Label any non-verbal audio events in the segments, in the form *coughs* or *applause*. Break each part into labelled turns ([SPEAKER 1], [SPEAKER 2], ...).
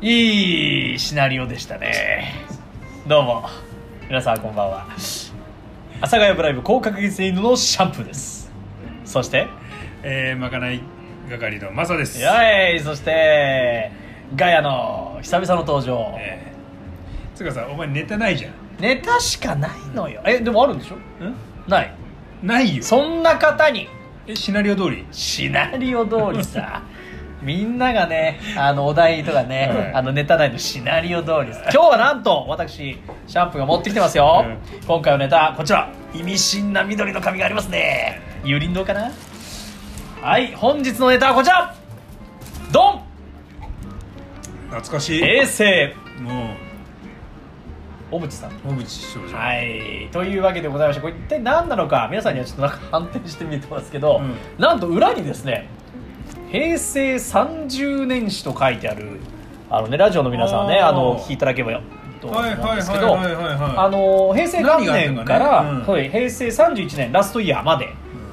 [SPEAKER 1] いいシナリオでしたねどうも皆さんこんばんは阿佐ヶ谷ブライブ高確率犬のシャンプーですそして
[SPEAKER 2] えー、まかない係のマサです。
[SPEAKER 1] やいそしてガヤの久々の登場
[SPEAKER 2] えー、つうかさ、お前ネタないじゃ
[SPEAKER 1] ネタしかないのよえでもあるんでしょ
[SPEAKER 2] ん。ん
[SPEAKER 1] ない
[SPEAKER 2] ないよ。
[SPEAKER 1] そんな方に
[SPEAKER 2] え、シナリオ通り。
[SPEAKER 1] シナリオ通りさ *laughs* みんながねあのお題とかね、
[SPEAKER 2] はい
[SPEAKER 1] あのネタ内のシナリオ通りです今日はなんと私シャンプーが持ってきてますよ、
[SPEAKER 2] う
[SPEAKER 1] 今回のネタこちら意味深な緑の髪がありますね油林堂かなはい本日のネタはこちらドン
[SPEAKER 2] 懐かしい。
[SPEAKER 1] 平成
[SPEAKER 2] も
[SPEAKER 1] 小渕さん
[SPEAKER 2] う、野口少女。い。
[SPEAKER 1] はいというわけでございましてこれ一体何なのか皆さんにはちょっとなんか反転してみてますけど、
[SPEAKER 2] う
[SPEAKER 1] なんと裏にですね平成30年史と書いてあるあの、ね、ラジオの皆さんはね
[SPEAKER 2] あー
[SPEAKER 1] あのお聞きいただければよと思う
[SPEAKER 2] はいはい
[SPEAKER 1] ん
[SPEAKER 2] はい
[SPEAKER 1] ですけど
[SPEAKER 2] はいはいはい。
[SPEAKER 1] あの平成元年か
[SPEAKER 2] 何があ
[SPEAKER 1] ら
[SPEAKER 2] ったのかねうん
[SPEAKER 1] そう平成31年ラストイヤーまで、
[SPEAKER 2] ん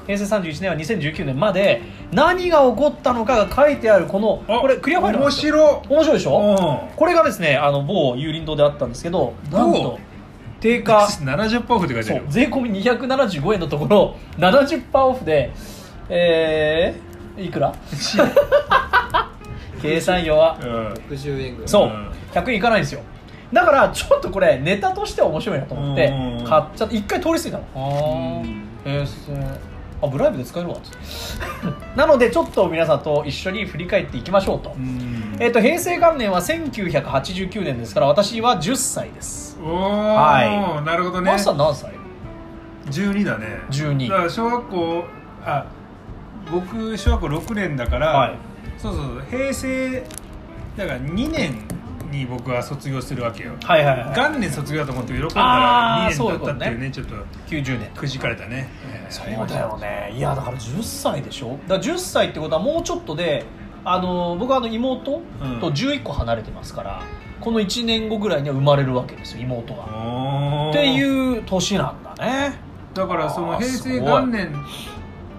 [SPEAKER 1] 平成31年は2019年まで何が起こったのかが書いてあるこの
[SPEAKER 2] あ
[SPEAKER 1] これクリアファイルなん
[SPEAKER 2] 面
[SPEAKER 1] ですよ
[SPEAKER 2] 白。
[SPEAKER 1] 面白いでし
[SPEAKER 2] う
[SPEAKER 1] ょこれがですねあの某有林堂であったんですけどなんと
[SPEAKER 2] 某
[SPEAKER 1] 定
[SPEAKER 2] ん。
[SPEAKER 1] 価
[SPEAKER 2] 70%オフって書いて
[SPEAKER 1] そ
[SPEAKER 2] あ
[SPEAKER 1] う
[SPEAKER 2] るよ。
[SPEAKER 1] 税込み275円のところ70%オフでえー、いく
[SPEAKER 2] *laughs*
[SPEAKER 1] ら計算用は
[SPEAKER 2] うん。
[SPEAKER 3] 60円ぐらい
[SPEAKER 1] そう
[SPEAKER 2] うん
[SPEAKER 1] 100円いかないんですよだからちょっとこれネタとしては面白いなと思って
[SPEAKER 2] うんうんうん
[SPEAKER 1] 買っちゃって一回通り過ぎたのあ
[SPEAKER 2] う
[SPEAKER 1] ー
[SPEAKER 2] ん
[SPEAKER 1] 平成あブライブで使える
[SPEAKER 2] *laughs*
[SPEAKER 1] わっつってなのでちょっと皆さんと一緒に振り返っていきましょうと、
[SPEAKER 2] うん。
[SPEAKER 1] えっと平成元年は1989年ですから私は10歳です
[SPEAKER 2] おー、
[SPEAKER 1] は
[SPEAKER 2] なるほどね
[SPEAKER 1] マ。スさん何歳
[SPEAKER 2] 12だね。
[SPEAKER 1] 12
[SPEAKER 2] だから小学校、あ、僕、小学校6年だから、
[SPEAKER 1] はい
[SPEAKER 2] そうそうそう平成だから2年に僕は卒業するわけよ
[SPEAKER 1] はいはいはい
[SPEAKER 2] 元年卒業だと思って喜んだ
[SPEAKER 1] あ
[SPEAKER 2] ら
[SPEAKER 1] ー
[SPEAKER 2] 2年だったっていうねちょっと
[SPEAKER 1] 90年
[SPEAKER 2] くじかれたねえー
[SPEAKER 1] そうだよねいやだから10歳でしょだから10歳ってことはもうちょっとであの僕はあの妹
[SPEAKER 2] うん
[SPEAKER 1] と11個離れてますから、この1年後ぐらいには生まれるわけですよ妹が、
[SPEAKER 2] おー
[SPEAKER 1] っていう年なんだね
[SPEAKER 2] だからその
[SPEAKER 1] あー
[SPEAKER 2] 平成
[SPEAKER 1] すごい
[SPEAKER 2] 元年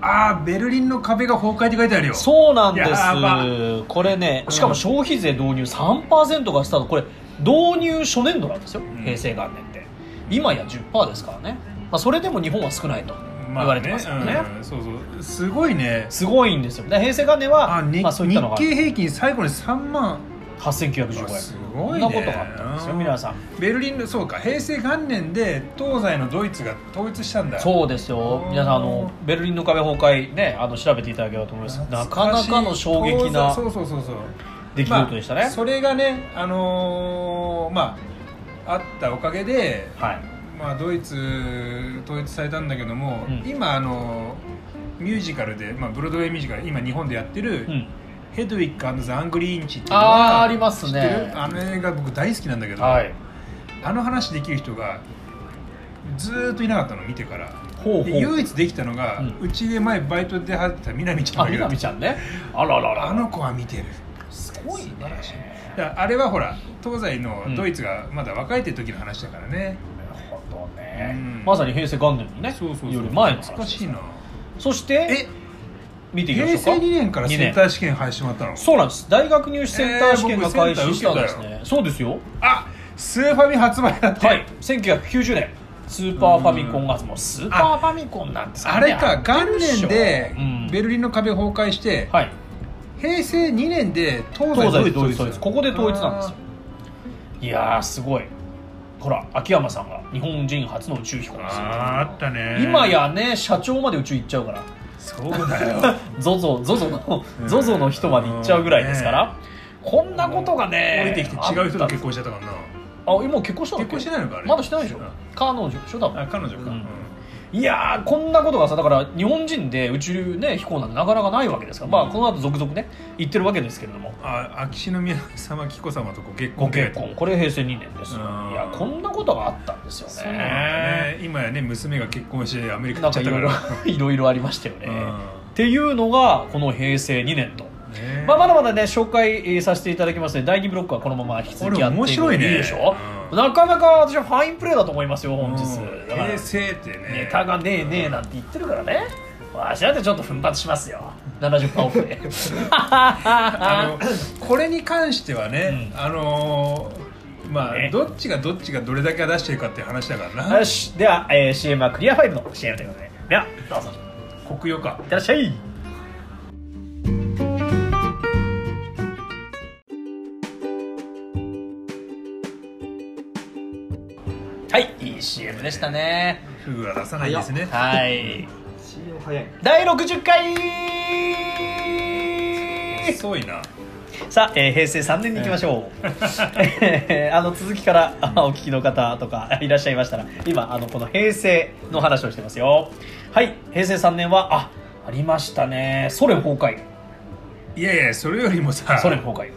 [SPEAKER 2] ああベルリンの壁が崩壊って書いてあるよ
[SPEAKER 1] そうなんで
[SPEAKER 2] やば
[SPEAKER 1] すこれねしか
[SPEAKER 2] う
[SPEAKER 1] も
[SPEAKER 2] ん
[SPEAKER 1] 消費税導入3%がスタートこれ導入初年度なんですよ、
[SPEAKER 2] ん
[SPEAKER 1] 平成元年って今や10%ですからね、まあ、それでも日本は少ないと
[SPEAKER 2] まあ
[SPEAKER 1] 言われてますよね,、
[SPEAKER 2] うんそうそうすごいね
[SPEAKER 1] すごいんですよだから平成元年は
[SPEAKER 2] あ日,、
[SPEAKER 1] まあ、そういったのが
[SPEAKER 2] 日経平均最後に3万
[SPEAKER 1] 8915円
[SPEAKER 2] あすごいね
[SPEAKER 1] そんなことがあったんですよ
[SPEAKER 2] うん
[SPEAKER 1] 皆さん
[SPEAKER 2] ベルリンのそうか平成元年で東西のドイツが統一したんだ
[SPEAKER 1] そうですよ
[SPEAKER 2] うん
[SPEAKER 1] 皆さんあのベルリンの壁崩壊ねあの調べていただければと思いますなかなかの衝撃な
[SPEAKER 2] そうそうそうそう
[SPEAKER 1] 出来事でしたね、
[SPEAKER 2] まあそれがねあのーまああったおかげで、
[SPEAKER 1] はい
[SPEAKER 2] まあ、ドイツ統一されたんだけども、
[SPEAKER 1] うん
[SPEAKER 2] 今あのミュージカルで、まあ、ブロードウェイミュージカル今日本でやってる「
[SPEAKER 1] うん
[SPEAKER 2] ヘドウィックザ・アングリーンチ」っていうの
[SPEAKER 1] あ
[SPEAKER 2] が
[SPEAKER 1] ーあります
[SPEAKER 2] 知って
[SPEAKER 1] ね
[SPEAKER 2] るあの映画僕大好きなんだけど、
[SPEAKER 1] はい
[SPEAKER 2] あの話できる人がずーっといなかったの見てから
[SPEAKER 1] ほう
[SPEAKER 2] で
[SPEAKER 1] ほう
[SPEAKER 2] 唯一できたのが、
[SPEAKER 1] うん
[SPEAKER 2] うちで前バイトで入ってた南ちゃん
[SPEAKER 1] あ
[SPEAKER 2] だけ
[SPEAKER 1] み
[SPEAKER 2] ど
[SPEAKER 1] なみちゃんねあららら
[SPEAKER 2] あの子は見てる
[SPEAKER 1] すごいね
[SPEAKER 2] 素晴らしいだからあれはほら東西のドイツがまだ若いって時の話だからね、
[SPEAKER 1] なるほどね
[SPEAKER 2] うん
[SPEAKER 1] まさに平成元年のねより前の話
[SPEAKER 2] 懐かしいな
[SPEAKER 1] そして
[SPEAKER 2] え
[SPEAKER 1] 見ていきま
[SPEAKER 2] 平
[SPEAKER 1] しょ
[SPEAKER 2] 成
[SPEAKER 1] うか
[SPEAKER 2] 2年からセンター試験廃止もあったの
[SPEAKER 1] そうなんです大学入試センター試験が開始したんです
[SPEAKER 2] えー僕センター受けた
[SPEAKER 1] ねそうですよ
[SPEAKER 2] あスーファミ発売だって、
[SPEAKER 1] はい、1990年スーパーファミコンがもうスーパーファミコンなんです
[SPEAKER 2] あれか元年で
[SPEAKER 1] うん
[SPEAKER 2] ベルリンの壁崩壊して、
[SPEAKER 1] はい
[SPEAKER 2] 平成2年で東西
[SPEAKER 1] 東
[SPEAKER 2] ド
[SPEAKER 1] 西
[SPEAKER 2] イツ
[SPEAKER 1] ド
[SPEAKER 2] ド
[SPEAKER 1] イ
[SPEAKER 2] イ
[SPEAKER 1] ツ
[SPEAKER 2] ツ
[SPEAKER 1] ドイツここで統一なんですよいやーすごいほら秋山さんが日本人初の宇宙飛行
[SPEAKER 2] あ
[SPEAKER 1] で
[SPEAKER 2] ー
[SPEAKER 1] すよ
[SPEAKER 2] あーあったね
[SPEAKER 1] 今やね社長まで宇宙行っちゃうから
[SPEAKER 2] そうだ *laughs* よ
[SPEAKER 1] ZOZO ゾゾの
[SPEAKER 2] うん
[SPEAKER 1] ZOZO の人まで行っちゃうぐらいですから、
[SPEAKER 2] ね
[SPEAKER 1] こんなことがね
[SPEAKER 2] 降りてきて違う人と結
[SPEAKER 1] あっ
[SPEAKER 2] 婚しちゃったからな
[SPEAKER 1] たあ今結婚したんだっ
[SPEAKER 2] 結
[SPEAKER 1] け
[SPEAKER 2] 婚してないのかあれ
[SPEAKER 1] まだしてないでしょ
[SPEAKER 2] うん
[SPEAKER 1] 彼女でしょ多分
[SPEAKER 2] あ彼女か、
[SPEAKER 1] うんいやーこんなことがさだから日本人で宇宙、ね、飛行なんてなかなかないわけですから、まあ、この後続々ね行ってるわけですけれども
[SPEAKER 2] あ秋篠宮様紀子様とご結
[SPEAKER 1] ご
[SPEAKER 2] 婚
[SPEAKER 1] 結婚これ平成2年ですい
[SPEAKER 2] うん
[SPEAKER 1] やこんなことがあったんですよ
[SPEAKER 2] そうなんだ
[SPEAKER 1] ね
[SPEAKER 2] ね今やね娘が結婚してアメリカ
[SPEAKER 1] な
[SPEAKER 2] 行
[SPEAKER 1] ん
[SPEAKER 2] っち
[SPEAKER 1] か
[SPEAKER 2] ゃっ
[SPEAKER 1] い
[SPEAKER 2] た
[SPEAKER 1] ろ
[SPEAKER 2] か
[SPEAKER 1] いろ *laughs*
[SPEAKER 2] ら
[SPEAKER 1] いろいろありましたよね、
[SPEAKER 2] うん
[SPEAKER 1] っていうのがこの平成2年と、
[SPEAKER 2] ね
[SPEAKER 1] まあ、まだまだね紹介えーさせていただきますので第2ブロックはこのまま引き続きやっていく
[SPEAKER 2] これ面白いね
[SPEAKER 1] いいでしょ、
[SPEAKER 2] うん
[SPEAKER 1] なかなか私はファインプレーだと思いますよ本日、
[SPEAKER 2] うん
[SPEAKER 1] だから
[SPEAKER 2] 平成ってね
[SPEAKER 1] ネタがねえねえなんて言ってるからねわしだってちょっと奮発しますよ70%オフで
[SPEAKER 2] *laughs* あのこれに関してはね、
[SPEAKER 1] う
[SPEAKER 2] あのーまあ、
[SPEAKER 1] ね
[SPEAKER 2] どっちがどっちがどれだけ出してるかっていう話だからな
[SPEAKER 1] *laughs* よしでは、えー、CM はクリアファイルの CM ということでではどうぞ
[SPEAKER 2] 国用か
[SPEAKER 1] いってらっしゃいはいいい CM でしたね
[SPEAKER 2] フグは出さないですね
[SPEAKER 1] はい
[SPEAKER 3] 仕様早い
[SPEAKER 1] 第60回
[SPEAKER 2] 遅いな
[SPEAKER 1] さあ、えー平成3年に行きましょう、えーあの続きからあお聞きの方とか *laughs* いらっしゃいましたら今あのこの平成の話をしてますよはい平成3年はあありましたねソ連崩壊
[SPEAKER 2] いやいやそれよりもさ
[SPEAKER 1] ソ連崩壊、ね、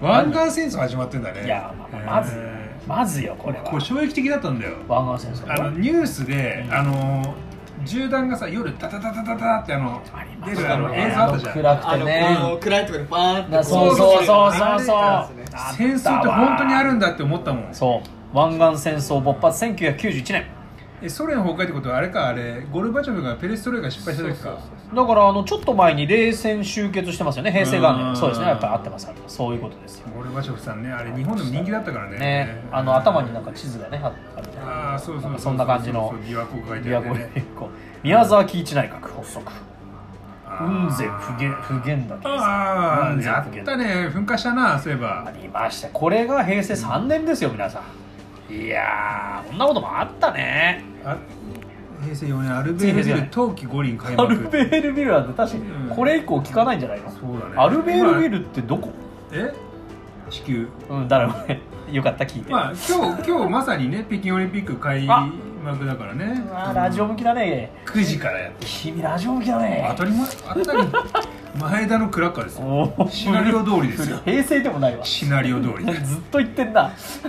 [SPEAKER 2] 湾岸戦争始まってんだね
[SPEAKER 1] いや、まあまあまず、
[SPEAKER 2] え
[SPEAKER 1] まずよこれ
[SPEAKER 2] ーこれ
[SPEAKER 1] は
[SPEAKER 2] 衝撃的だったんだよ
[SPEAKER 1] 湾岸戦争
[SPEAKER 2] あのニュースで、あの銃弾がさ夜ダダダダダダってあの
[SPEAKER 1] ありま
[SPEAKER 2] 出
[SPEAKER 1] し
[SPEAKER 2] るあ
[SPEAKER 1] た
[SPEAKER 2] の
[SPEAKER 1] ね
[SPEAKER 2] 映像あったじゃん
[SPEAKER 1] 暗く
[SPEAKER 3] あ
[SPEAKER 1] て
[SPEAKER 3] の、
[SPEAKER 1] ね
[SPEAKER 3] この暗いところでバーンってこ
[SPEAKER 1] なそうそうそうそうそう
[SPEAKER 3] あ
[SPEAKER 1] あ
[SPEAKER 3] れ
[SPEAKER 1] ったわ
[SPEAKER 2] 戦争って本当にあるんだって思ったもん
[SPEAKER 1] そう湾岸戦争勃発1991年
[SPEAKER 2] えソ連崩壊ってことはあれかあれゴルバチョフがペレストロイカ失敗した時か
[SPEAKER 1] だからあのちょっと前に冷戦終結してますよね平成元
[SPEAKER 2] う
[SPEAKER 1] 年
[SPEAKER 2] ん
[SPEAKER 1] そうですねやっぱり合ってます合ってますそういうことですよね
[SPEAKER 2] ゴルバチョフさんねあれ日本でも人気だったからね
[SPEAKER 1] あの頭になんか地図がねああるじゃない
[SPEAKER 2] ああそう
[SPEAKER 1] な
[SPEAKER 2] そううんう
[SPEAKER 1] かそんな感じの
[SPEAKER 2] そうそう疑惑が書いて
[SPEAKER 1] 琵
[SPEAKER 2] あ
[SPEAKER 1] 琶
[SPEAKER 2] っ
[SPEAKER 1] 湖で
[SPEAKER 2] てね
[SPEAKER 1] こう宮沢喜一内閣発足
[SPEAKER 2] あー
[SPEAKER 1] 雲仙普賢普賢岳
[SPEAKER 2] あ
[SPEAKER 1] 雲
[SPEAKER 2] あ
[SPEAKER 1] 仙
[SPEAKER 2] や
[SPEAKER 1] 普
[SPEAKER 2] っ
[SPEAKER 1] 賢
[SPEAKER 2] た
[SPEAKER 1] 岳
[SPEAKER 2] ね噴火したなそういえ
[SPEAKER 1] あ
[SPEAKER 2] ば
[SPEAKER 1] りましたこれが平成3年ですよ皆さんいやーこんなこともあったね
[SPEAKER 2] あ平成4年アルベールビル冬季五輪開
[SPEAKER 1] ア
[SPEAKER 2] 幕
[SPEAKER 1] ルベールビルなんて確か
[SPEAKER 2] うん
[SPEAKER 1] にこれ以降聞かないんじゃないの、
[SPEAKER 2] そうだね
[SPEAKER 1] アルベールビルってどこ、
[SPEAKER 2] え地球
[SPEAKER 1] うんだからねよかった聞いて、
[SPEAKER 2] まあ今
[SPEAKER 1] *laughs*
[SPEAKER 2] 日今日まさにね北京オリンピック開幕だからね
[SPEAKER 1] うわーラジオ向きだね
[SPEAKER 2] 9時からやって
[SPEAKER 1] 君ラジオ向きだね
[SPEAKER 2] 当たり前当たり前前田のクラッカーですよ
[SPEAKER 1] おー
[SPEAKER 2] *laughs* シナリオ通りです
[SPEAKER 1] *laughs*
[SPEAKER 2] よ
[SPEAKER 1] 平成でもないわず
[SPEAKER 2] シナリオ通り
[SPEAKER 1] っと言ってんな *laughs* ず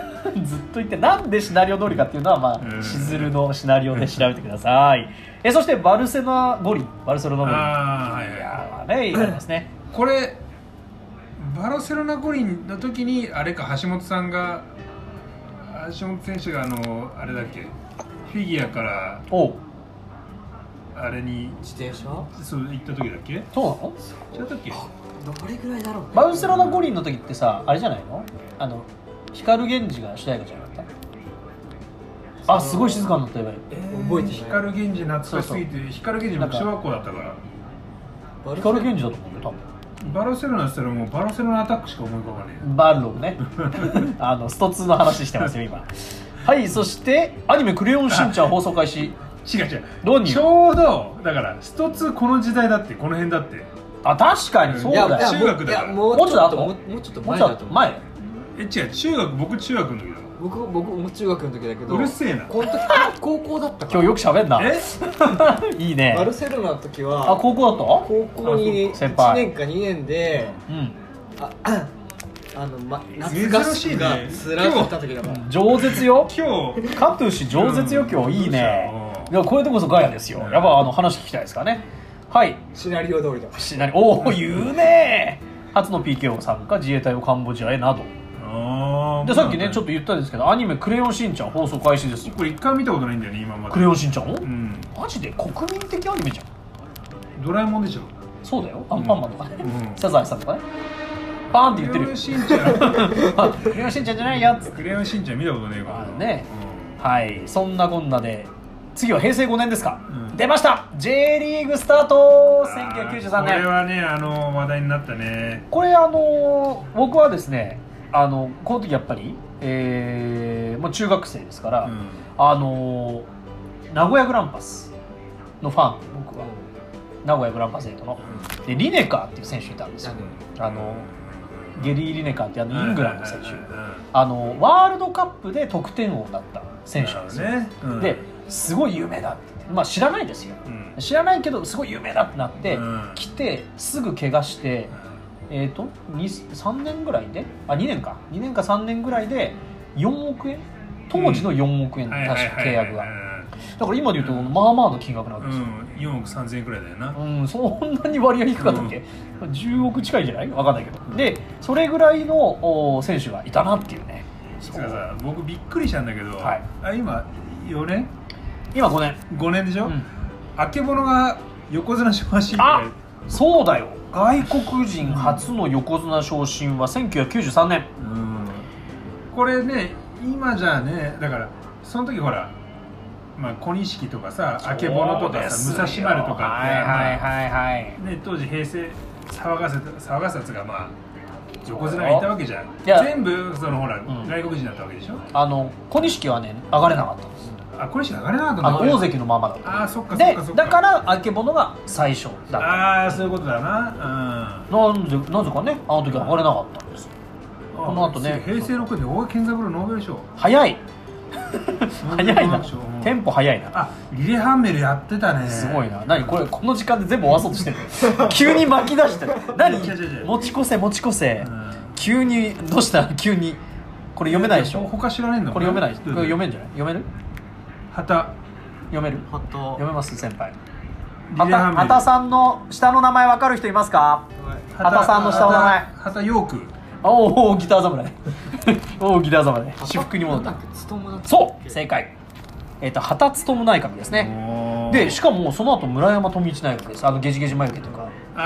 [SPEAKER 1] っと言ってなんでシナリオ通りかっていうのはま
[SPEAKER 2] う
[SPEAKER 1] あ
[SPEAKER 2] ん
[SPEAKER 1] しずるのシナリオで調べてくださいえそしてバルセロナ五輪バルセロナ五輪
[SPEAKER 2] あーはいはい
[SPEAKER 1] いやーねやりますね
[SPEAKER 2] これバルセロナ五輪の時にあれか橋本さんが橋本選手があのあれだっけフィギュアから
[SPEAKER 1] おう
[SPEAKER 2] あれに
[SPEAKER 3] 自転車
[SPEAKER 2] そう行った時だっけ
[SPEAKER 1] そうなの
[SPEAKER 2] 違ったっけ
[SPEAKER 3] どれぐらいだろうね
[SPEAKER 1] バルセロナ五輪の時ってさあれじゃないのあの光源氏が主題歌じゃなかったあすごい静かになったよ
[SPEAKER 3] えー覚えてない
[SPEAKER 2] 光源氏懐かしすぎて光源氏僕小学校だったから
[SPEAKER 3] バルセ
[SPEAKER 1] 光
[SPEAKER 3] ロナ
[SPEAKER 1] 源氏だと思うよ多分
[SPEAKER 2] バルセロナって言ったらもうバルセロナアタックしか思い浮かばね
[SPEAKER 1] バルロンね *laughs* あのスト2の話してますよ今はいそしてアニメ「クレヨンしんちゃん」放送開始
[SPEAKER 2] え違う違う
[SPEAKER 1] どうに
[SPEAKER 2] ちょうどだからスト2この時代だってこの辺だって
[SPEAKER 1] あ確かにそう
[SPEAKER 3] い
[SPEAKER 1] だ
[SPEAKER 3] や
[SPEAKER 1] よ
[SPEAKER 3] いや
[SPEAKER 2] 中学だから
[SPEAKER 3] いやもう
[SPEAKER 1] もうちょっと後
[SPEAKER 3] ちょっともうちょっと
[SPEAKER 1] もう
[SPEAKER 3] 前
[SPEAKER 1] ちょ
[SPEAKER 3] だ
[SPEAKER 1] っ
[SPEAKER 3] と
[SPEAKER 1] と
[SPEAKER 3] 思う
[SPEAKER 1] 前
[SPEAKER 2] え違う中学僕中学の時だ
[SPEAKER 3] 僕僕も中学の時だけど
[SPEAKER 2] うるせえな
[SPEAKER 3] この時高校だったか
[SPEAKER 1] 今日よく喋んな
[SPEAKER 2] *laughs*
[SPEAKER 1] *laughs*
[SPEAKER 2] え
[SPEAKER 1] いいね
[SPEAKER 3] バルセロナの時
[SPEAKER 1] あ
[SPEAKER 3] は
[SPEAKER 1] 高校だっ
[SPEAKER 3] 高校に
[SPEAKER 1] あそう
[SPEAKER 3] 1
[SPEAKER 1] 先輩
[SPEAKER 3] 年か2年で
[SPEAKER 1] たうん
[SPEAKER 3] ああの、ま、夏合宿が辛かった時だから
[SPEAKER 1] 饒舌よ
[SPEAKER 2] 今日
[SPEAKER 1] カトゥー氏饒舌よ今日いいね
[SPEAKER 2] うん
[SPEAKER 1] いやこれでこそガヤですよやっぱあの話聞きたいですからねはい
[SPEAKER 3] シナリオ通りだ
[SPEAKER 1] しなりおお言うね初の PKO 参加自衛隊をカンボジアへなど
[SPEAKER 2] あー
[SPEAKER 1] でさっきねちょっ
[SPEAKER 2] っ
[SPEAKER 1] と言ったんですけどアニメ「クレヨンしんちゃん」放送開始ですよ
[SPEAKER 2] とこれ一回見たことないんだよね今まで
[SPEAKER 1] クレヨンしんちゃんを
[SPEAKER 2] うん
[SPEAKER 1] マジで国民的アニメじゃん
[SPEAKER 2] ドラえもんでしょ
[SPEAKER 1] そうだよアンパンマンとかね、
[SPEAKER 2] うん
[SPEAKER 1] サザエさんとかねパーンって言ってる
[SPEAKER 2] クレヨ
[SPEAKER 1] よ
[SPEAKER 2] ンしん *laughs* ちゃ
[SPEAKER 1] 「
[SPEAKER 2] ん
[SPEAKER 1] クレヨンしんちゃんじゃないよ」っつって
[SPEAKER 2] クレヨンしんちゃん見たことねえか
[SPEAKER 1] あ
[SPEAKER 2] ら
[SPEAKER 1] るねはいそんなこんなで次は平成5年ですか、
[SPEAKER 2] うん
[SPEAKER 1] 出ました J リーグスタート
[SPEAKER 2] あー
[SPEAKER 1] 1993
[SPEAKER 2] これ
[SPEAKER 1] 年
[SPEAKER 2] はねあの話題になったね
[SPEAKER 1] これあのー僕はですねあのこの時やっぱり、えー、もう中学生ですから、
[SPEAKER 2] うん
[SPEAKER 1] あのー名古屋グランパスのファン僕は名古屋グランパスエイトのでリネカーっていう選手いたんですよあのゲリー・リネカーってあのイングランドの選手あのワールドカップで得点王だった選手なんですよ、
[SPEAKER 2] ねうん
[SPEAKER 1] ですごい有名だって言ってまあ知らないですよ
[SPEAKER 2] うん
[SPEAKER 1] 知らないけどすごい有名だってなって、
[SPEAKER 2] うん
[SPEAKER 1] 来てすぐ怪我してえっ、とに3年ぐらいであ2年か2年か3年ぐらいで4億円当時の4億円、
[SPEAKER 2] はい
[SPEAKER 1] 確か
[SPEAKER 2] はいはい
[SPEAKER 1] 契約が
[SPEAKER 2] うん
[SPEAKER 1] だから今で言うとまあまあの金額なわ
[SPEAKER 2] う
[SPEAKER 1] けですよ、
[SPEAKER 2] ん4億3000円くらいだよな
[SPEAKER 1] うん、そんなに割合低かったっけ、10億近いんじゃないわかんないけどでそれぐらいのお選手がいたなっていうね
[SPEAKER 2] つうかさ僕びっくりしたんだけど、
[SPEAKER 1] はい
[SPEAKER 2] あ今4年
[SPEAKER 1] 今5年、
[SPEAKER 2] 5年でしょ、
[SPEAKER 1] うん
[SPEAKER 2] あけぼのが横綱昇進
[SPEAKER 1] あそうだよ外国人初の横綱昇進は1993年
[SPEAKER 2] うんこれね今じゃねだからその時ほらまあ小錦とかさあけぼのとかさ武蔵丸とかっ
[SPEAKER 1] は
[SPEAKER 2] て
[SPEAKER 1] いはいはいはい
[SPEAKER 2] まあね、当時平成騒がせた騒がせたつがまあ横綱がいたわけじゃん
[SPEAKER 1] いや
[SPEAKER 2] 全部そのほら、
[SPEAKER 1] ん
[SPEAKER 2] 外国人だったわけでしょ
[SPEAKER 1] あの小錦はね上がれなかったんです
[SPEAKER 2] あこれしか上がれなかったん
[SPEAKER 1] あ
[SPEAKER 2] だ
[SPEAKER 1] の大関のままだった
[SPEAKER 2] あーそっかそっ
[SPEAKER 1] で
[SPEAKER 2] かそっか
[SPEAKER 1] だからあけぼのが最初だった
[SPEAKER 2] ああそういうことだな
[SPEAKER 1] なんでなぜかねあの時は上がれなかったんですよ
[SPEAKER 2] うん
[SPEAKER 1] この後ね
[SPEAKER 2] 平成6年大江健三郎ノーベル賞
[SPEAKER 1] 早
[SPEAKER 2] *laughs*
[SPEAKER 1] い早い
[SPEAKER 2] ノーベ
[SPEAKER 1] な
[SPEAKER 2] ル賞うん
[SPEAKER 1] テンポ早いな
[SPEAKER 2] あリレハンメルやってたね
[SPEAKER 1] すごいな何これこの時間で全部終わそうと
[SPEAKER 2] *laughs*
[SPEAKER 1] してる急に巻き出してる何
[SPEAKER 2] 違う違う違う
[SPEAKER 1] 持ち越せ持ち越せ、
[SPEAKER 2] うん
[SPEAKER 1] 急にどうした急にこれ読めないでしょこ
[SPEAKER 2] 他知らねえんだもん
[SPEAKER 1] れ読めないこれ読め
[SPEAKER 2] ん
[SPEAKER 1] んじゃない読める
[SPEAKER 2] 旗
[SPEAKER 1] 読める
[SPEAKER 3] ほっと
[SPEAKER 1] 読めます先輩
[SPEAKER 2] リレ
[SPEAKER 1] は
[SPEAKER 2] ハン
[SPEAKER 1] た
[SPEAKER 2] メル
[SPEAKER 1] はたさんの下の名前わかる人いますか畑さんの下の名前
[SPEAKER 2] 旗旗ヨーク
[SPEAKER 1] おおギター侍 *laughs* おおギター侍私服に戻っ
[SPEAKER 3] だ
[SPEAKER 1] た
[SPEAKER 3] っけ勤だっけ
[SPEAKER 1] そう
[SPEAKER 3] *laughs*
[SPEAKER 1] 正解えっ、と旗勤内閣ですね
[SPEAKER 2] おー
[SPEAKER 1] でしかもその後村山富一内閣ですあのゲジゲジ眉毛とか、ね、こう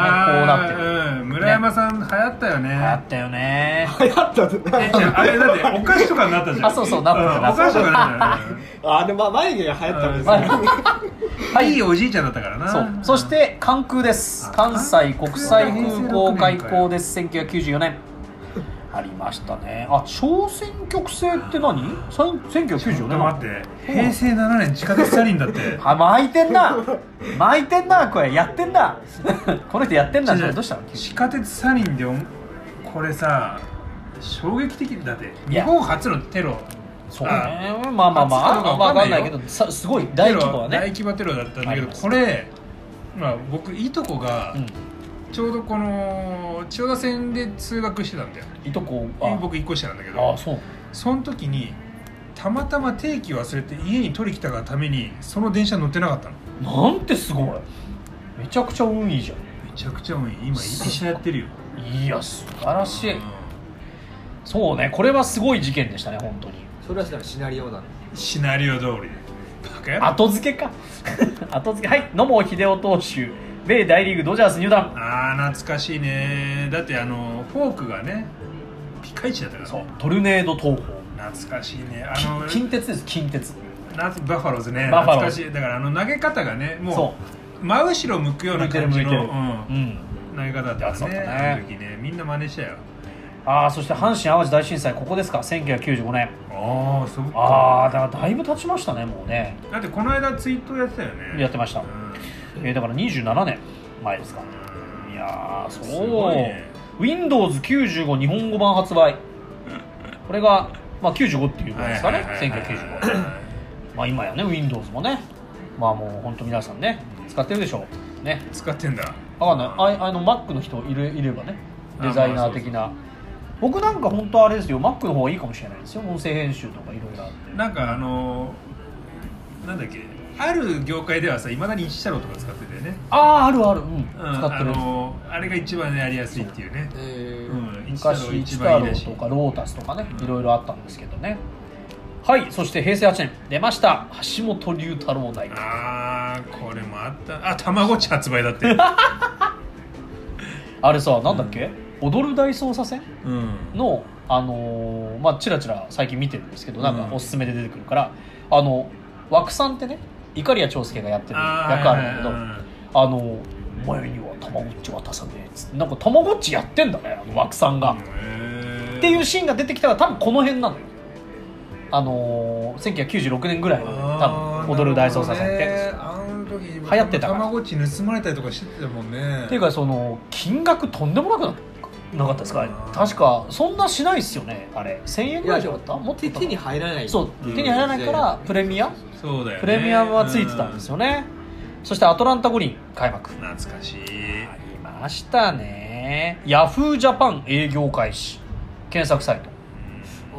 [SPEAKER 1] な
[SPEAKER 2] あ
[SPEAKER 1] ってる、
[SPEAKER 2] ーうん村山さん流行ったよね
[SPEAKER 1] あったよ
[SPEAKER 2] *laughs*
[SPEAKER 1] ね
[SPEAKER 4] 流行ったって
[SPEAKER 3] *laughs*
[SPEAKER 2] え違うあれだってお菓子とかになったじゃん
[SPEAKER 1] あそうそうなった
[SPEAKER 2] んお菓子とかになったよね
[SPEAKER 4] あでも眉毛が流行ったんです
[SPEAKER 1] はい
[SPEAKER 4] よ
[SPEAKER 1] はい
[SPEAKER 2] いいおじいちゃんだったからな
[SPEAKER 1] そうそして関空です
[SPEAKER 2] あ
[SPEAKER 1] 関西国際
[SPEAKER 2] 関空
[SPEAKER 1] 空港開港です1994年ありましたねあ小選挙区制って何さん
[SPEAKER 2] ちょ
[SPEAKER 1] ?1994
[SPEAKER 2] っと
[SPEAKER 1] 年
[SPEAKER 2] 待って平成7年地下鉄サリンだって
[SPEAKER 1] あ巻いてんな巻いてんなこれやってんな *laughs* この人やって *laughs* んな
[SPEAKER 2] 違
[SPEAKER 1] ど
[SPEAKER 2] う
[SPEAKER 1] うしたの
[SPEAKER 2] 地下鉄サリンでおこれさ衝撃的だって
[SPEAKER 1] い
[SPEAKER 2] 日
[SPEAKER 1] や
[SPEAKER 2] 本初のテロ
[SPEAKER 1] そうねまあまあまあ
[SPEAKER 2] 初かどうか
[SPEAKER 1] わ
[SPEAKER 2] わ
[SPEAKER 1] か
[SPEAKER 2] か
[SPEAKER 1] ん
[SPEAKER 2] ん
[SPEAKER 1] な
[SPEAKER 2] ないい
[SPEAKER 1] け
[SPEAKER 2] よ
[SPEAKER 1] どさすごい大規模は
[SPEAKER 2] テロ大
[SPEAKER 1] ね
[SPEAKER 2] 規模テロだったんだけ
[SPEAKER 1] あり
[SPEAKER 2] ど
[SPEAKER 1] ます
[SPEAKER 2] これまあ僕いとこが
[SPEAKER 1] うん
[SPEAKER 2] ちょうどこの千代田線で通学してたんだよ
[SPEAKER 1] いとこあ
[SPEAKER 2] 僕一個下なんだけど
[SPEAKER 1] あそう
[SPEAKER 2] その時にたまたま定期忘れて家に取り来たがためにその電車乗ってなかったの
[SPEAKER 1] なんてすごいめちゃくちゃ運いいじゃん
[SPEAKER 2] めちゃくちゃ多い今一緒やってるよ
[SPEAKER 1] いや素晴らしいそうねこれはすごい事件でしたね本当に
[SPEAKER 3] それはしたらシナリオなの
[SPEAKER 2] シナリオ通りでバカやろ
[SPEAKER 1] 後付けか *laughs* 後付けはい野茂英雄投手米大リーグドジャース入団
[SPEAKER 2] あー懐かしいねだってあのフォークがねピカイチだったから
[SPEAKER 1] そうトルネード投法
[SPEAKER 2] 懐かしいねあ
[SPEAKER 1] き
[SPEAKER 2] の
[SPEAKER 1] 近鉄です近鉄
[SPEAKER 2] なバファローズね
[SPEAKER 1] バファロ
[SPEAKER 2] 懐
[SPEAKER 1] ーズ
[SPEAKER 2] かしいだからあの投げ方がね
[SPEAKER 1] そ
[SPEAKER 2] もう真後ろ向くよう
[SPEAKER 1] 向
[SPEAKER 2] ない
[SPEAKER 1] てる
[SPEAKER 2] 感
[SPEAKER 1] 向
[SPEAKER 2] じ
[SPEAKER 1] いて
[SPEAKER 2] の、
[SPEAKER 1] る
[SPEAKER 2] うん
[SPEAKER 1] うん
[SPEAKER 2] 投げ方だった
[SPEAKER 1] やつだっ
[SPEAKER 2] ね
[SPEAKER 1] たね
[SPEAKER 2] あの時ねみんな真似したよ
[SPEAKER 1] ああそして阪神・淡路大震災ここですか1995年
[SPEAKER 2] ああそう
[SPEAKER 1] ああだからだいぶ経ちましたねもうね
[SPEAKER 2] だってこの間ツイートやってたよね
[SPEAKER 1] やってました
[SPEAKER 2] う、ん
[SPEAKER 1] えーだから27年前ですかいやーそう
[SPEAKER 2] すごいね
[SPEAKER 1] Windows95 日本語版発売これが、まあ、95っていうことですかね
[SPEAKER 2] はいはいはいはい
[SPEAKER 1] 1995まあ今やね Windows もねまあもう本当皆さんね使ってるでしょうね
[SPEAKER 2] 使ってんだ
[SPEAKER 1] 分かんないああの Mac の人いるいればね
[SPEAKER 2] あ
[SPEAKER 1] デザイナー的な僕なんか本当あれですよ Mac の方がいいかもしれないですよ音声編集とかいろいろあって
[SPEAKER 2] なんかあのーなんだっけある業界ではさいまだに一社ロとか使ってたよね、
[SPEAKER 1] あああるあるうん、
[SPEAKER 2] うん、
[SPEAKER 1] 使ってる、
[SPEAKER 2] あのーあれが一番ねやりやすいっていうね
[SPEAKER 3] え
[SPEAKER 2] うん一社ロ
[SPEAKER 1] 昔
[SPEAKER 2] 一
[SPEAKER 1] チタ
[SPEAKER 2] 番
[SPEAKER 1] ロ
[SPEAKER 2] いいらし
[SPEAKER 1] ー
[SPEAKER 2] い
[SPEAKER 1] とかロータスとかねいろいろあったんですけどねはいそして平成8年出ました橋本龍太郎大学
[SPEAKER 2] あーこれもあったあたまごっち発売
[SPEAKER 1] *laughs*
[SPEAKER 2] だって
[SPEAKER 1] あれさなんだっけ、踊る大捜査線
[SPEAKER 2] うん
[SPEAKER 1] のあのーまあちらちら最近見てるんですけどなん
[SPEAKER 2] うん
[SPEAKER 1] かおすすめで出てくるから、あの枠さんってね碇谷長介がやってる役あるんだけどあ,、のーお前にはたまごっち渡さねえ」っつってなんかたまごっちやってんだねあの枠さんが、
[SPEAKER 2] だっ
[SPEAKER 1] っていうシーンが出てきたら多分この辺なのよあのー、1996年ぐらい多分踊る大捜査線って、
[SPEAKER 2] あの時流
[SPEAKER 1] 行ってたから
[SPEAKER 2] たまごっち盗まれたりとかしてたもんね
[SPEAKER 1] っていうかその金額とんでもなくななかったですか
[SPEAKER 2] うん
[SPEAKER 1] 確かそんなしないっすよねあれ1000円
[SPEAKER 3] い
[SPEAKER 1] ぐら
[SPEAKER 3] や
[SPEAKER 1] いじ
[SPEAKER 3] で
[SPEAKER 1] ゃなか
[SPEAKER 3] も
[SPEAKER 1] った
[SPEAKER 3] 持
[SPEAKER 1] も
[SPEAKER 3] って手に入らない
[SPEAKER 1] そう
[SPEAKER 2] うん
[SPEAKER 1] 手に入らないからプレミア
[SPEAKER 2] そうだよね
[SPEAKER 1] プレミアムはついてたんですよねそしてアトランタ五輪開幕
[SPEAKER 2] うん懐かしい
[SPEAKER 1] ありましたねヤフージャパン営業開始検索サイト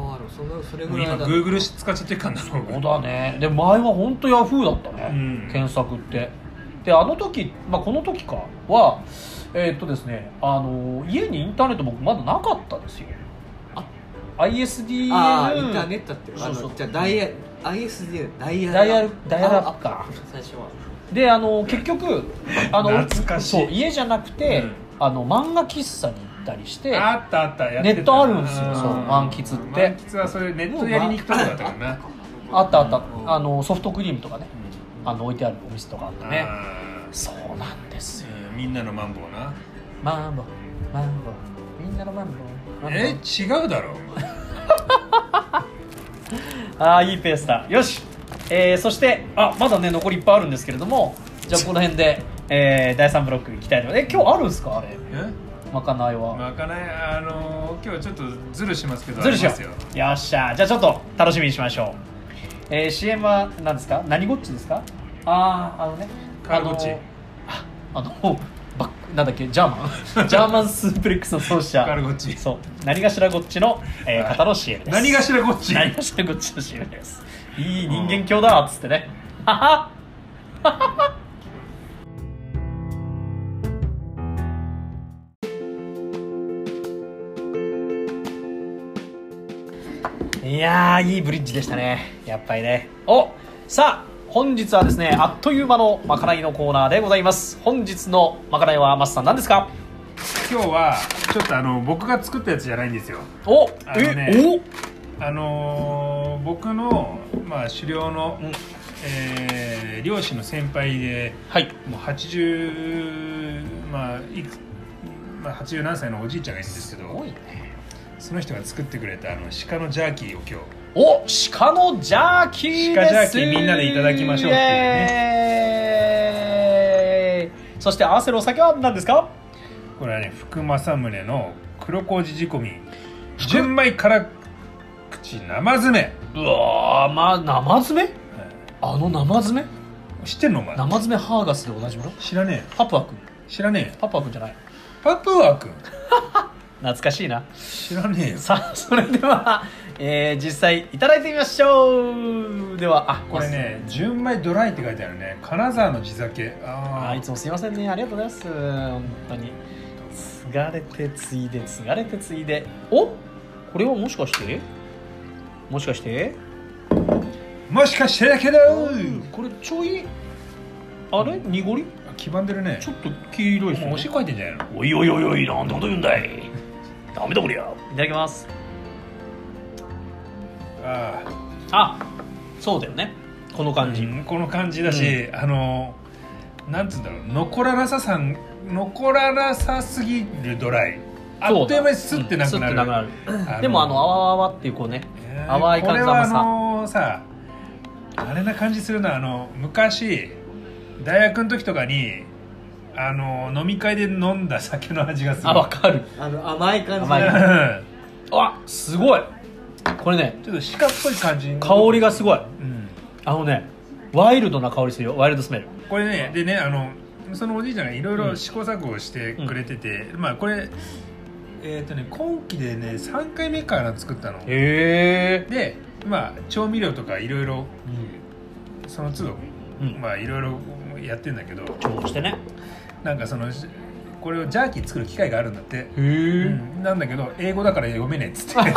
[SPEAKER 3] ああでもそのそれ
[SPEAKER 2] も
[SPEAKER 3] ぐ
[SPEAKER 2] う
[SPEAKER 3] らい
[SPEAKER 2] 今
[SPEAKER 3] だ
[SPEAKER 2] Google 使っちゃってるからな
[SPEAKER 1] そうだねで前は本当ヤフーだったね、
[SPEAKER 2] うん
[SPEAKER 1] 検索ってであの時、まあ、この時かはえーっとですねあの家にインターネット僕まだなかったですよ
[SPEAKER 3] ああインター
[SPEAKER 1] ISDN
[SPEAKER 3] ネットってあ
[SPEAKER 1] そうそう
[SPEAKER 3] のじゃあダイヤ ISD ダイヤ
[SPEAKER 1] ダイヤルダイヤルアップ
[SPEAKER 3] あ
[SPEAKER 1] か
[SPEAKER 3] 最初は
[SPEAKER 1] であの結局あの
[SPEAKER 2] 懐かしい
[SPEAKER 1] そう家じゃなくて、
[SPEAKER 2] うん
[SPEAKER 1] あの漫画喫茶に行ったりして
[SPEAKER 2] あったあったやってた
[SPEAKER 1] ネットあるんですよそう満喫って
[SPEAKER 2] 満喫はそれネットやりに行くとこだったからな
[SPEAKER 1] あったあった、
[SPEAKER 2] うん
[SPEAKER 1] あのソフトクリームとかね
[SPEAKER 2] う
[SPEAKER 1] あの置いてあるお店とかあって
[SPEAKER 2] ん
[SPEAKER 1] ね
[SPEAKER 2] あー
[SPEAKER 1] そうなんですよ
[SPEAKER 2] うんみんなのマンボウな
[SPEAKER 1] マンボマンボみんなのマンボ
[SPEAKER 2] え違うだろお前
[SPEAKER 1] ああいいペースだよし、えーそしてあまだね残りいっぱいあるんですけれどもじゃあこの辺で、えー第3ブロックいきたいと思いますえ今日あるんですかあれ
[SPEAKER 2] え
[SPEAKER 1] まかないは、
[SPEAKER 2] まかないあのー今日はちょっとズルしますけど
[SPEAKER 1] ずるしよ
[SPEAKER 2] あります
[SPEAKER 1] うよっしゃじゃあちょっと楽しみにしましょう、えー、CM は何ですか何ごっちですかあああのね
[SPEAKER 2] カーゴッ
[SPEAKER 1] あ
[SPEAKER 2] チ
[SPEAKER 1] のあのバックなんだっけジャーマ
[SPEAKER 2] *laughs*
[SPEAKER 1] ンジャーマンスープレックスの創始者
[SPEAKER 2] カーゴッチ
[SPEAKER 1] そう何がしらごっちの、えー、方の CM です
[SPEAKER 2] 何がしらこっち
[SPEAKER 1] 何がしらごっちの CM ですいい人間鏡だっつってねははいやーいいブリッジでしたねやっぱりねおさあ本日はですねあっという間のまかないのコーナーでございます本日のまかないはマスさん何ですか
[SPEAKER 2] 今日はちょっとあの僕が作ったやつじゃないんですよ
[SPEAKER 1] お
[SPEAKER 2] あの
[SPEAKER 1] え、
[SPEAKER 2] ねあのー僕の、まあ、狩猟の、
[SPEAKER 1] うん
[SPEAKER 2] えー漁師の先輩で
[SPEAKER 1] おはい
[SPEAKER 2] もう80まあいく、まあ、80何歳のおじいちゃんがいるんですけ
[SPEAKER 1] すご
[SPEAKER 2] ど
[SPEAKER 1] いね
[SPEAKER 2] その人が作ってくれたあの鹿のジャーキーを今日
[SPEAKER 1] お鹿のジャーキーです
[SPEAKER 2] 鹿ジャーキーみんなでいただきましょうっていう
[SPEAKER 1] ねそして合わせるお酒は何ですか
[SPEAKER 2] これはね福政宗の黒麹仕込み純米辛口生詰
[SPEAKER 1] うわーまあ生詰め
[SPEAKER 2] め、は
[SPEAKER 1] あの生詰め
[SPEAKER 2] い知ってんのお前
[SPEAKER 1] 生詰めハーガスでおなじみの
[SPEAKER 2] 知らね
[SPEAKER 1] パプア君
[SPEAKER 2] え知らねえ
[SPEAKER 1] パプア君じゃない
[SPEAKER 2] パプア君
[SPEAKER 1] 懐かしいな
[SPEAKER 2] 知らねえよ
[SPEAKER 1] さあそれでは、えー実際いただいてみましょうではあ
[SPEAKER 2] これね純米ドライって書いてあるね金沢の地酒あ
[SPEAKER 1] あ
[SPEAKER 2] あ
[SPEAKER 1] いつもすいませんねありがとうございます本当に継がれて継いで継がれて継いでおこれはもしかしてもしかして
[SPEAKER 2] もしかしてだけど
[SPEAKER 1] これちょいあれ濁り
[SPEAKER 2] あ黄ばんでるね
[SPEAKER 1] ちょっと黄色い
[SPEAKER 2] もうおしっこ入ってんじゃないの
[SPEAKER 1] おいおいおいおいなんてこと言うんだいダメだこりゃいただきます
[SPEAKER 2] あ
[SPEAKER 1] あそうだよねこの
[SPEAKER 2] あ
[SPEAKER 1] 感じ、
[SPEAKER 2] この感じだし、あのなんつうんだろう残らなささん残らなさすぎるドライあ
[SPEAKER 1] そうだ
[SPEAKER 2] っという間にスッてなくなる,、
[SPEAKER 1] うんスッてでもあのあわあわっていうこうね
[SPEAKER 2] えー
[SPEAKER 1] 淡い感じの甘さ
[SPEAKER 2] これはあのーさあれな感じするなあの昔大学の時とかにあのー飲み会で飲んだ酒の味がする
[SPEAKER 1] あわかる
[SPEAKER 3] あの甘い感じ
[SPEAKER 1] 甘い
[SPEAKER 2] うん
[SPEAKER 1] あすごいこれね
[SPEAKER 2] ちょっと鹿っぽい感じ
[SPEAKER 1] 香りがすごい
[SPEAKER 2] うん
[SPEAKER 1] あのねワイルドな香りするよワイルドスメル
[SPEAKER 2] これねでねあのそのおじいちゃんがいろいろ試行錯誤してくれてて、まあこれえっ、とね今期でね3回目から作ったの
[SPEAKER 1] へえ
[SPEAKER 2] でまあ調味料とかいろいろその都度、
[SPEAKER 1] うん
[SPEAKER 2] まあいろいろやってんだけど
[SPEAKER 1] 調合してね
[SPEAKER 2] なんかそのしこれをジャーキー作る機会があるんだって、
[SPEAKER 1] へ
[SPEAKER 2] う
[SPEAKER 1] え
[SPEAKER 2] んなんだけど英語だから読めねえっつって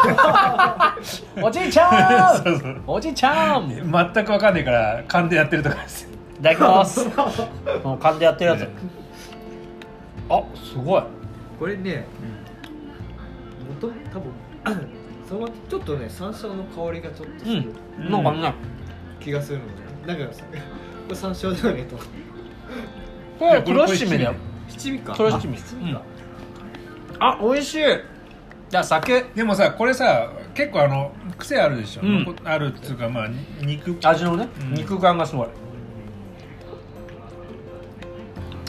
[SPEAKER 1] *laughs* おじいちゃん
[SPEAKER 2] そうそう
[SPEAKER 1] おじいちゃんい
[SPEAKER 2] 全く分かんないから勘でやってるとかです
[SPEAKER 1] ただきますもう勘でやってるやつあすごい
[SPEAKER 3] *laughs* これね元多分 *clears throat* そのちょっとね山椒の香りがちょっとす
[SPEAKER 1] う
[SPEAKER 3] る
[SPEAKER 1] んなんかね
[SPEAKER 3] 気がするのね、なんかさ *laughs* これ山椒だよねと
[SPEAKER 1] これ黒しめだよ
[SPEAKER 3] 七味か
[SPEAKER 1] 黒七味
[SPEAKER 3] あ七味か、
[SPEAKER 1] あ美味しいじゃあ酒
[SPEAKER 2] でもさこれさ結構あの癖あるでしょ、
[SPEAKER 1] うん
[SPEAKER 2] 残あるっていうかまあ肉
[SPEAKER 1] 味のね
[SPEAKER 2] うん
[SPEAKER 1] 肉感がすごい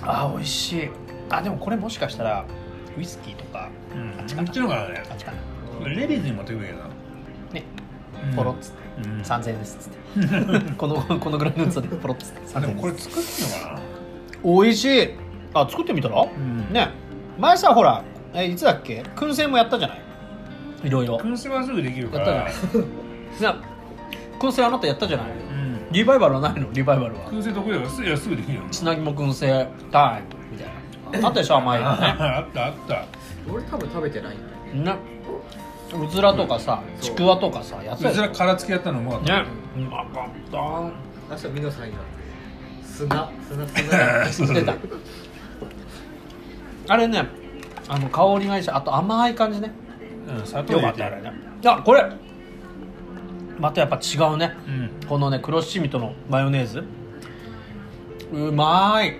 [SPEAKER 1] あ美味しいあでもこれもしかしたらウイスキーとか
[SPEAKER 2] うん
[SPEAKER 1] あ
[SPEAKER 2] こ
[SPEAKER 1] っちかな
[SPEAKER 2] っちの方がね
[SPEAKER 1] あっちかな
[SPEAKER 2] レディーズに持ってくるけどな
[SPEAKER 1] ね
[SPEAKER 2] うん
[SPEAKER 1] ポロッつって
[SPEAKER 2] うん
[SPEAKER 1] 3000円ですっつって *laughs* このこのぐらいの器でポロッつって
[SPEAKER 2] あで
[SPEAKER 1] 3000円
[SPEAKER 2] もこ
[SPEAKER 1] で
[SPEAKER 2] れ作ってんのかな
[SPEAKER 1] 美味しいあ作ってみたら、
[SPEAKER 2] ん
[SPEAKER 1] ね前さほらえいつだっけ燻製もやったじゃないいろいろ
[SPEAKER 2] 燻製はすぐできるから
[SPEAKER 1] やったな燻製あなたやったじゃない
[SPEAKER 2] うん
[SPEAKER 1] リバイバルはないのリバイバルは
[SPEAKER 2] 燻製得意だよすいやすぐできるよ
[SPEAKER 1] つなぎも燻製タイムみたいなあったでしょ甘いのね
[SPEAKER 2] *laughs* ああったあった
[SPEAKER 3] 俺多分食べてないんだよね
[SPEAKER 1] ねうずらとかさ
[SPEAKER 3] うん
[SPEAKER 1] ちくわとかさやった
[SPEAKER 2] う
[SPEAKER 1] で
[SPEAKER 2] ず
[SPEAKER 1] しょ
[SPEAKER 2] ら殻付きやったのもうまかった
[SPEAKER 1] ねうまかった
[SPEAKER 3] 明日ミノさんがす砂砂
[SPEAKER 1] *laughs*
[SPEAKER 3] 砂
[SPEAKER 1] 出たあれねあの香りがいいしあと甘い感じね
[SPEAKER 2] *laughs* うん、砂糖
[SPEAKER 1] よか
[SPEAKER 2] 入れ
[SPEAKER 1] ってたあれねあこれまたやっぱ違うね
[SPEAKER 2] うん
[SPEAKER 1] このね黒七味とのマヨネーズうまい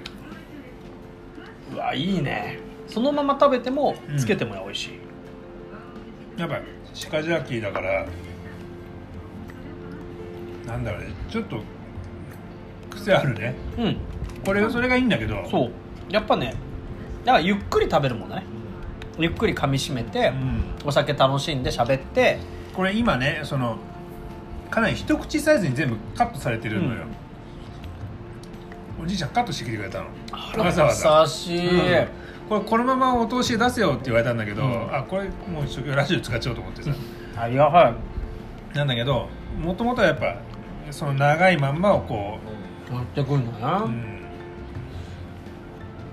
[SPEAKER 1] うわいいねそのまま食べても
[SPEAKER 2] うん
[SPEAKER 1] つけても美味しい、
[SPEAKER 2] やっぱシカジャーキーだからなんだろうねちょっと癖あるね
[SPEAKER 1] うん
[SPEAKER 2] これそれがいいんだけど
[SPEAKER 1] そうやっぱねだからゆっくり食べるもんだねゆっくり噛みしめて、
[SPEAKER 2] ん
[SPEAKER 1] お酒楽しんで喋って
[SPEAKER 2] これ今ねそのかなり一口サイズに全部カットされてるのよ、おじいちゃんカットしてきてくれたのわざわざ
[SPEAKER 1] 優しい、
[SPEAKER 2] うんこれこのままお通しで出せよって言われたんだけど、
[SPEAKER 1] うん
[SPEAKER 2] あこれもう一生懸命ラジオ使っちゃおうと思ってさ
[SPEAKER 1] ありがたい
[SPEAKER 2] なんだけどもともとはやっぱその長いまんまをこ
[SPEAKER 1] やってくるの
[SPEAKER 2] う、
[SPEAKER 1] な、
[SPEAKER 2] うん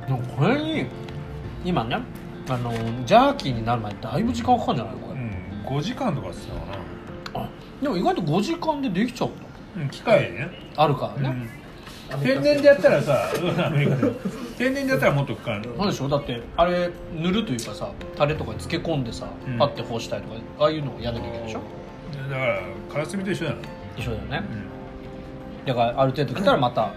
[SPEAKER 1] でもこれに今ねあのジャーキーになる前にだいぶ時間かかるんじゃないこ
[SPEAKER 2] う
[SPEAKER 1] れ、
[SPEAKER 2] ん、5時間とかっすよな、
[SPEAKER 1] あでも意外と5時間でできちゃうんだ
[SPEAKER 2] うん、機械でね、
[SPEAKER 1] あるから
[SPEAKER 2] う
[SPEAKER 1] ね、
[SPEAKER 2] ん天然でやったらさうんアメリカで天然でやったらもっとかかる
[SPEAKER 1] なんでしょうだってあれ塗るというかさタレとかに漬け込んでさ、
[SPEAKER 2] うん
[SPEAKER 1] パッて干したりとかああいうのをやらなきゃいけないでしょ
[SPEAKER 2] だからカラスミと一緒だな、
[SPEAKER 1] 一緒だよね
[SPEAKER 2] う、ん
[SPEAKER 1] だからある程度来たらまた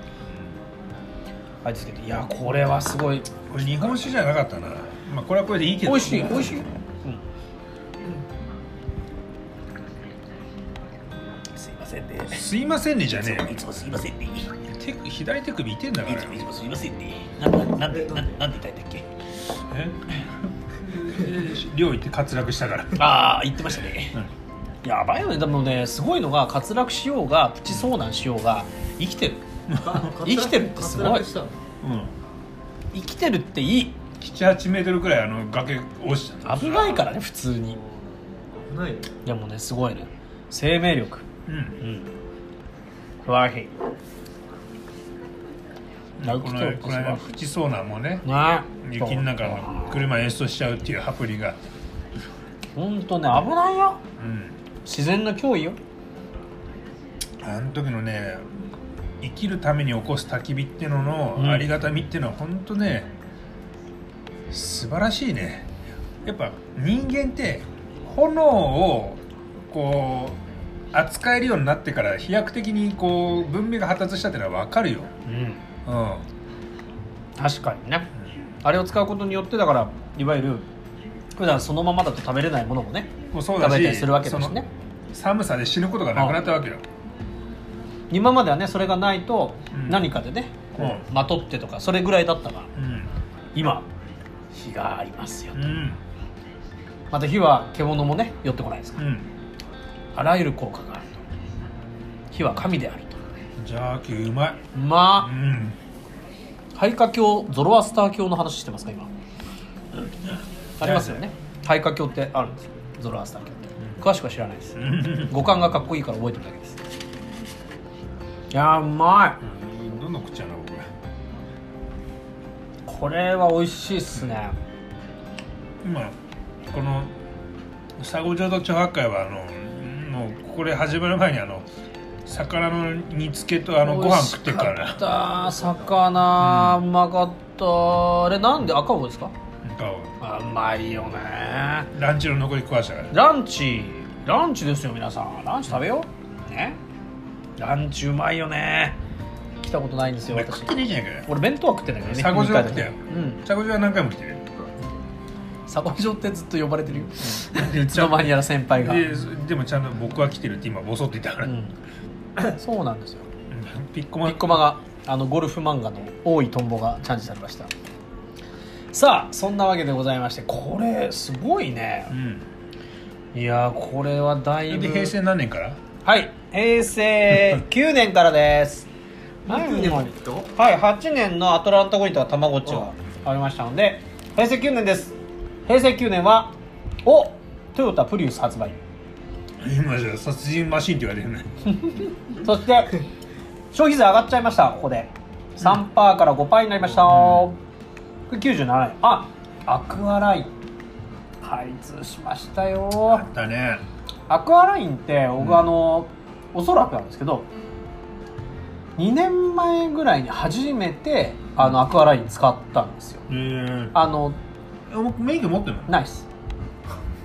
[SPEAKER 1] あいつけていやこれはすごい
[SPEAKER 2] これ日本酒じゃなかったな、まあ、これはこれでいいけど
[SPEAKER 1] 美味しい美味しい、うん、
[SPEAKER 5] すいませんね。
[SPEAKER 2] すいませんねじゃねえ
[SPEAKER 5] いつもすいませんね。い
[SPEAKER 2] よ手首左手首いてんだから
[SPEAKER 5] つもいつもすいませんね。なんだなんでなんなんで言いたいんだっけ。
[SPEAKER 2] え *laughs* 寮行って滑落したから
[SPEAKER 5] ああ言ってましたね。
[SPEAKER 1] やばいよねでもねすごいのが滑落しようがプチ遭難しようが生きてる生きてるってすごい
[SPEAKER 3] 滑落したの
[SPEAKER 2] うん
[SPEAKER 1] 生きてるっていい
[SPEAKER 2] 78メートルくらいあの崖落ちた
[SPEAKER 1] 危ないからね普通に
[SPEAKER 3] 危ないよ
[SPEAKER 1] でもねすごいね生命力
[SPEAKER 2] うん
[SPEAKER 1] うんフライヒ
[SPEAKER 2] この
[SPEAKER 1] 生きてるってす
[SPEAKER 2] こ
[SPEAKER 1] ごい
[SPEAKER 2] の間プチ遭難もね
[SPEAKER 1] ね
[SPEAKER 2] 雪の中の車演出しちゃうっていうハプニングがあって
[SPEAKER 1] ほんとね危ないよ
[SPEAKER 2] うん
[SPEAKER 1] 自然の脅威よ
[SPEAKER 2] あの時のね生きるために起こす焚き火っての
[SPEAKER 1] うん
[SPEAKER 2] のありがたみってのは本当ね素晴らしいねやっぱ人間って炎をこう扱えるようになってから飛躍的にこう文明が発達したってのは分かるよ、
[SPEAKER 1] うん
[SPEAKER 2] うん、
[SPEAKER 1] 確かにねあれを使うことによってだからいわゆる普段そのままだと食べれないものもね
[SPEAKER 2] もうそうだ
[SPEAKER 1] 食べたり
[SPEAKER 2] し
[SPEAKER 1] するわけだし
[SPEAKER 2] その
[SPEAKER 1] ね
[SPEAKER 2] 寒さで死ぬことがなくなったわけよ、
[SPEAKER 1] 今まではねそれがないと
[SPEAKER 2] うん
[SPEAKER 1] 何かでね、
[SPEAKER 2] う
[SPEAKER 1] こうまとってとかそれぐらいだったから
[SPEAKER 2] うん
[SPEAKER 1] 今火がありますよ
[SPEAKER 2] うん
[SPEAKER 1] また火は獣もね寄ってこないですから
[SPEAKER 2] うん
[SPEAKER 1] あらゆる効果があると火は神であると
[SPEAKER 2] ジャーキーうまい、う
[SPEAKER 1] ま
[SPEAKER 2] ん、
[SPEAKER 1] あ廃科教ゾロアスター教の話してますか今ありますよね廃科教ってあるんですよゾロアスター教って詳しくは知らないです五感がかっこいいから覚えてるだけですいやーうまい
[SPEAKER 2] うんどんどん食っちゃうな僕
[SPEAKER 1] これは美味しいっすね
[SPEAKER 2] 今この佐護浄土地八会はあのもうこれ始まる前にあの魚の煮つけとあのご飯食ってるから
[SPEAKER 1] 美味し
[SPEAKER 2] な
[SPEAKER 1] かった魚うまかったあれなんで赤魚ですか
[SPEAKER 2] なんか
[SPEAKER 1] あうまいよね
[SPEAKER 2] ランチの残り食わしたから
[SPEAKER 1] ランチランチですよ皆さんランチ食べようねランチうまいよね来たことないんです
[SPEAKER 2] お
[SPEAKER 1] よ
[SPEAKER 2] 前
[SPEAKER 1] 私
[SPEAKER 2] 食ってねえじゃねえかよ
[SPEAKER 1] 俺弁当は食ってないからね
[SPEAKER 2] 佐護
[SPEAKER 1] 二
[SPEAKER 2] 城
[SPEAKER 1] 回
[SPEAKER 2] 来たよ
[SPEAKER 1] うん
[SPEAKER 2] 佐護浄は何回も来てる
[SPEAKER 1] サゴジョってずっと呼ばれてるよ *laughs* いつの間にやら先輩が、
[SPEAKER 2] ででもちゃんと僕は来てるって今ボソって言ったから、
[SPEAKER 1] う
[SPEAKER 2] うん
[SPEAKER 1] んそうなんですよ
[SPEAKER 2] ピッコマ
[SPEAKER 1] ピッコマがあのゴルフ漫画の「多いトンボ」がチャンジされましたさあそんなわけでございましてこれすごいね
[SPEAKER 2] うん
[SPEAKER 1] いやーこれはだい
[SPEAKER 2] で
[SPEAKER 1] ぶ
[SPEAKER 2] 平成何年から
[SPEAKER 1] はい平成9年からです
[SPEAKER 3] 9年も行くと
[SPEAKER 1] はい、8年のアトランタゴリとはたまごっちがありましたので、平成9年です。平成9年は、おトヨタプリウス発売。
[SPEAKER 2] 今じゃ殺人マシンって言われてるね
[SPEAKER 1] そして、消費税上がっちゃいました、ここで。3%から5%になりました。これ97円。あアクアライン。開通しましたよ
[SPEAKER 2] あ。ったね
[SPEAKER 1] アクアラインって、僕、あの、おそらくなんですけど、 2年前ぐらいに初めてあのアクアライン使ったんですよ
[SPEAKER 2] えー、
[SPEAKER 1] あの
[SPEAKER 2] あもう免許持
[SPEAKER 1] *laughs*
[SPEAKER 2] ってんの
[SPEAKER 1] ナイス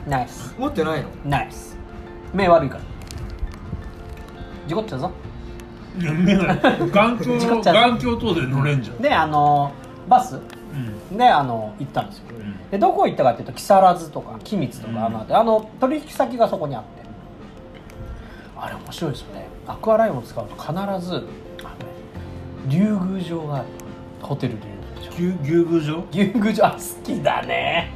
[SPEAKER 1] ナイス
[SPEAKER 3] 持ってないの
[SPEAKER 1] ナイス目悪いから事故っちゃうぞ
[SPEAKER 2] いや免許ない眼鏡
[SPEAKER 1] 事故っ *laughs* ちゃう
[SPEAKER 2] 眼鏡等で乗れんじゃん、
[SPEAKER 1] であのバス
[SPEAKER 2] うん
[SPEAKER 1] であの行ったんですよ
[SPEAKER 2] うん
[SPEAKER 1] でどこ行ったかっていうと木更津とか君津と
[SPEAKER 2] うん
[SPEAKER 1] かあの辺あの取引先がそこにあってあれ面白いですよねアクアラインを使うと必ずあのね竜宮城があるホテル竜宮城
[SPEAKER 2] 牛牛宮城
[SPEAKER 1] 竜宮 *laughs* 城あ好きだね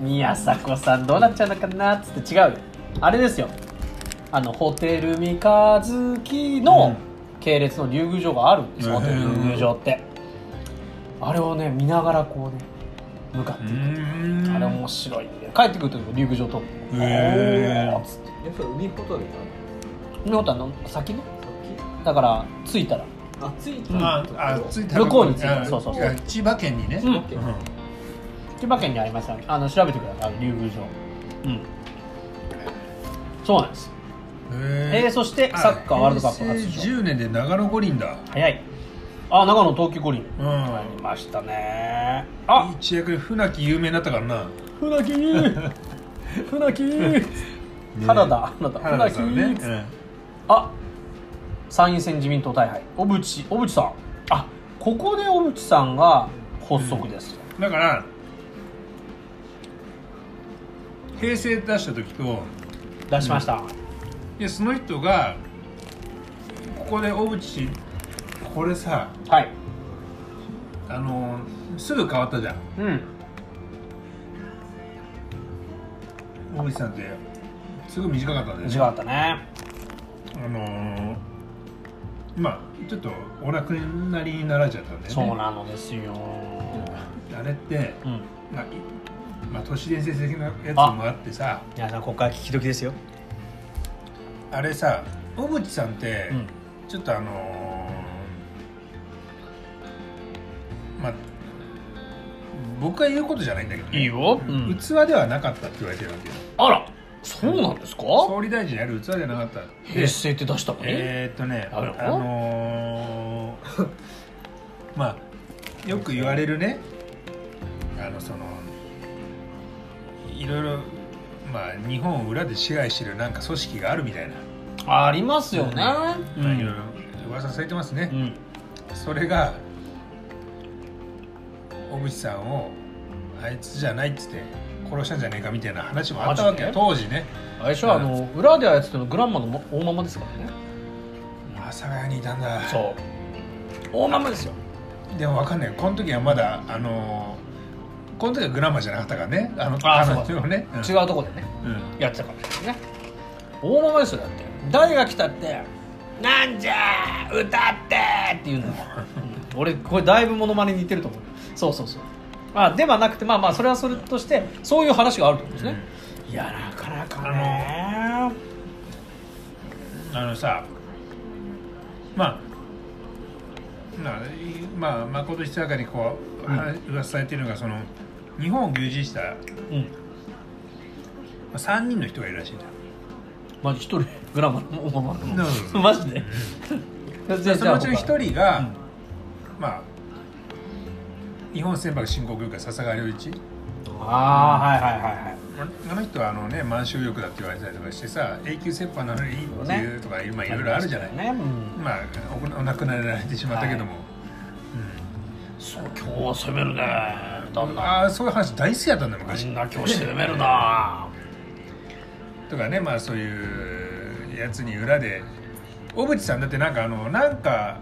[SPEAKER 1] 宮迫さんどうなっちゃうのかなっつって違うよあれですよあのホテル三日月
[SPEAKER 2] うん
[SPEAKER 1] の系列の竜宮城があるんですよ、ホテル
[SPEAKER 2] へ
[SPEAKER 1] 竜
[SPEAKER 2] ー
[SPEAKER 1] 宮城ってあれをね見ながらこうね向かっていく
[SPEAKER 2] ん
[SPEAKER 1] あれ面白いね帰ってくるときも竜宮城と
[SPEAKER 2] へー
[SPEAKER 1] つって
[SPEAKER 3] やっぱ海ホタル
[SPEAKER 1] そんなことあの先ね
[SPEAKER 3] さ
[SPEAKER 1] だから着いたら
[SPEAKER 3] っき暑い
[SPEAKER 2] ああついた
[SPEAKER 1] 向こうに着いた
[SPEAKER 2] あ
[SPEAKER 1] そうそうそう
[SPEAKER 2] 千葉県にね、
[SPEAKER 1] うん
[SPEAKER 2] うん
[SPEAKER 1] 千葉県にありましたあの調べてくださいあの竜宮城うんそうなんですえー、そしてサッカーワールドカップ初
[SPEAKER 2] 平
[SPEAKER 1] 勝
[SPEAKER 2] 成10年で長野五輪だ
[SPEAKER 1] 早いあ長野冬季五輪
[SPEAKER 2] うん
[SPEAKER 1] ありましたねあ
[SPEAKER 2] 一躍で船木有名になったからな
[SPEAKER 1] 船 *laughs* 木船木原田原田
[SPEAKER 2] 原
[SPEAKER 1] 船
[SPEAKER 2] 田
[SPEAKER 1] 木
[SPEAKER 2] さんね、うん
[SPEAKER 1] あ参院選自民党大敗小渕小渕さんあここで小渕さんが発足です、
[SPEAKER 2] だから平成出した時と
[SPEAKER 1] 出しました、
[SPEAKER 2] でその人がここで小渕これさ
[SPEAKER 1] はい
[SPEAKER 2] あのすぐ変わったじゃん
[SPEAKER 1] うん
[SPEAKER 2] 小渕さんってすぐ短かったんだよ
[SPEAKER 1] 違
[SPEAKER 2] ね
[SPEAKER 1] かったね
[SPEAKER 2] あのー、まあちょっとお亡くなりになられちゃったんで、ね、
[SPEAKER 1] そうなのですよ、
[SPEAKER 2] あれって、
[SPEAKER 1] うん、
[SPEAKER 2] まあいまあ、都市伝説的なやつもあってさ
[SPEAKER 5] 皆さんここから聞き時ですよ
[SPEAKER 2] あれさ小渕さんって、
[SPEAKER 1] うん
[SPEAKER 2] ちょっとあのー、まあ僕が言うことじゃないんだけど、ね、
[SPEAKER 1] いいよ
[SPEAKER 2] う
[SPEAKER 1] うん
[SPEAKER 2] 器ではなかったって言われてるわけよ
[SPEAKER 1] あらそうなんですか
[SPEAKER 2] 総理大臣やる器じゃなかった
[SPEAKER 1] 平成って出したのに、
[SPEAKER 2] えーっとねあ
[SPEAKER 1] あら
[SPEAKER 2] のー *laughs* まあよく言われるねあのそのいろいろまあ日本を裏で支配してるなんか組織があるみたいな、
[SPEAKER 1] ありますよねう
[SPEAKER 2] まあいろい
[SPEAKER 1] ん、
[SPEAKER 2] ろ噂されてますね
[SPEAKER 1] う、ん、
[SPEAKER 2] それが小渕さんをあいつじゃないっつって殺したんじゃねえかみたいな話もあったわけよ当時ね
[SPEAKER 1] あれでしょあの裏で操ってるのグランマのも大ママですからね
[SPEAKER 2] 阿佐ヶ谷にいたんだ
[SPEAKER 1] そう大ママですよ
[SPEAKER 2] でもわかんないこの時はまだあのーこの時はグランマじゃなかったからねあの
[SPEAKER 1] あーそうか
[SPEAKER 2] 彼女のね、うん
[SPEAKER 1] 違うとこでね
[SPEAKER 2] うん
[SPEAKER 1] やってたかもしれないね大ままですよだって誰が来たって「なんじゃー歌って!」って言うんだもんうん *laughs* 俺これだいぶモノマネに似てると思うそうそうそうあではなくてまあまあそれはそれとしてそういう話があるってことですね、いやなかなかね
[SPEAKER 2] あのさまあまあいまあ誠ひそやかにこう、話噂されてるのがその日本を牛耳した、ま
[SPEAKER 1] うん
[SPEAKER 2] あ、3人の人がいるらしいんだよ
[SPEAKER 1] マジ一人グラマーの大まま
[SPEAKER 2] なるほど
[SPEAKER 1] のマジでじゃあ
[SPEAKER 2] そのうち
[SPEAKER 1] じ
[SPEAKER 2] の
[SPEAKER 1] ゃあ
[SPEAKER 2] 一人が、まあ日本船舶振興協会笹川良一
[SPEAKER 1] ああはいはいはいはい
[SPEAKER 2] あの人はあのね満州欲だって言われたりとかしてさ永久折半なのにいいっていうとか今いろいろあるじゃない、
[SPEAKER 1] ね、うん
[SPEAKER 2] まあおお亡くなりになられてしまったけども、
[SPEAKER 5] そう今日は攻めるねだんだん
[SPEAKER 2] ああそういう話大好きやったんだ昔、
[SPEAKER 5] みんな今日攻めるな
[SPEAKER 2] とかねまあそういうやつに裏で小渕さんだってなんかあのなんか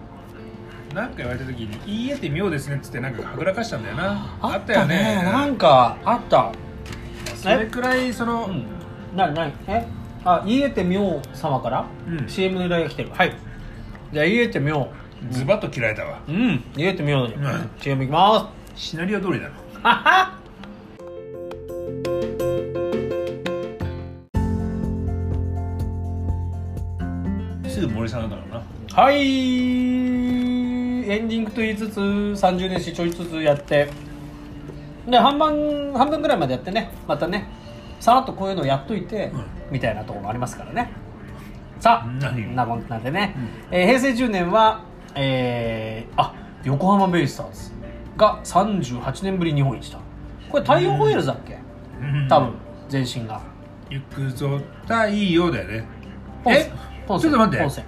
[SPEAKER 2] なんか言われた時に「いいえって妙ですね」っつってなんかはぐらかしたんだよなあったよね
[SPEAKER 1] なんかあった
[SPEAKER 2] それくらいその、
[SPEAKER 1] うん何何えあ家って妙様から、
[SPEAKER 2] うん
[SPEAKER 1] CM の依頼が来てるはいじゃあ家って妙
[SPEAKER 2] ズバッと嫌いだわ
[SPEAKER 1] うん家って妙に、
[SPEAKER 2] うん
[SPEAKER 1] CM いきます
[SPEAKER 2] シナリオ通りだろ
[SPEAKER 1] はは
[SPEAKER 2] *laughs* すぐ森さんだろうな
[SPEAKER 1] はいエンディングと言いつつ30年史ちょいつつやってで半分半分ぐらいまでやってねまたねさらっとこういうのをやっといて、
[SPEAKER 2] うん
[SPEAKER 1] みたいなところもありますからねさあ
[SPEAKER 2] 何
[SPEAKER 1] なもんなんでね、えー平成10年は、ええーあ横浜ベイスターズが38年ぶり日本一だこれ太陽ホエールズだっけ、
[SPEAKER 2] うん
[SPEAKER 1] 多分前身が
[SPEAKER 2] 行くぞ太陽だよね
[SPEAKER 1] ポンセ
[SPEAKER 2] え
[SPEAKER 1] ポン
[SPEAKER 2] ち
[SPEAKER 1] セ
[SPEAKER 2] ょっと待って
[SPEAKER 1] ポンセん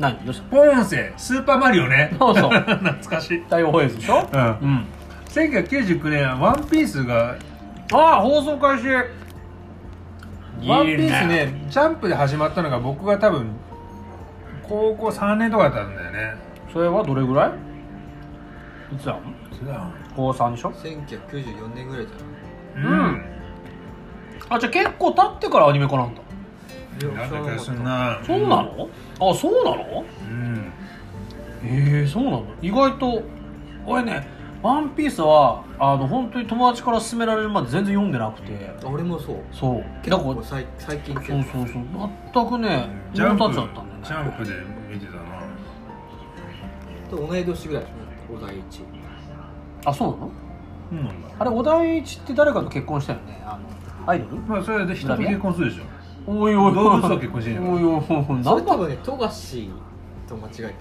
[SPEAKER 1] 何どうした
[SPEAKER 2] ポンセスーパーマリオね
[SPEAKER 1] そう
[SPEAKER 2] *laughs*
[SPEAKER 1] そう
[SPEAKER 2] 懐かしい、
[SPEAKER 1] 太陽ホエールズでしょ
[SPEAKER 2] う、
[SPEAKER 1] う
[SPEAKER 2] ん、
[SPEAKER 1] ん、
[SPEAKER 2] 1999年は「ワンピースが
[SPEAKER 1] ああ放送開始
[SPEAKER 2] ワンピースねジャンプで始まったのが僕が多分高校3年とかだったんだよね
[SPEAKER 1] それはどれぐらいいつだ高3でしょ
[SPEAKER 3] 1994年ぐらいじゃ
[SPEAKER 2] う
[SPEAKER 1] うんあじゃあ結構経ってからアニメ化なんだ
[SPEAKER 3] ない
[SPEAKER 2] なんだ
[SPEAKER 3] い
[SPEAKER 2] か
[SPEAKER 3] や
[SPEAKER 2] すんな
[SPEAKER 1] そうなの、あそうなの
[SPEAKER 2] うん
[SPEAKER 1] ええそうなんだ意外と俺ね「ワンピースはあの本当に友達から勧められるまで全然読んでなくて
[SPEAKER 3] 俺もそう
[SPEAKER 1] そう
[SPEAKER 3] 結
[SPEAKER 1] だから
[SPEAKER 3] 構最最近って
[SPEAKER 1] そうそうそう全くね
[SPEAKER 2] ジャン
[SPEAKER 1] 物
[SPEAKER 2] プ
[SPEAKER 1] 立ちだったんだ
[SPEAKER 2] ジ
[SPEAKER 1] よね
[SPEAKER 2] ャンプで見てたな
[SPEAKER 3] 同い年ぐらいでしょ小田栄一
[SPEAKER 1] あそうなの
[SPEAKER 2] そうなんだ
[SPEAKER 1] あれ小田栄一って誰かと結婚したよねあのアイドル
[SPEAKER 2] まあそれで人と結婚するでしょ
[SPEAKER 1] おいおい
[SPEAKER 2] 動物と結婚してんじゃん
[SPEAKER 1] おいおいおい
[SPEAKER 3] そ
[SPEAKER 1] な
[SPEAKER 3] れ
[SPEAKER 1] ん
[SPEAKER 3] 多
[SPEAKER 1] だ
[SPEAKER 3] 分ね富樫と間違えてる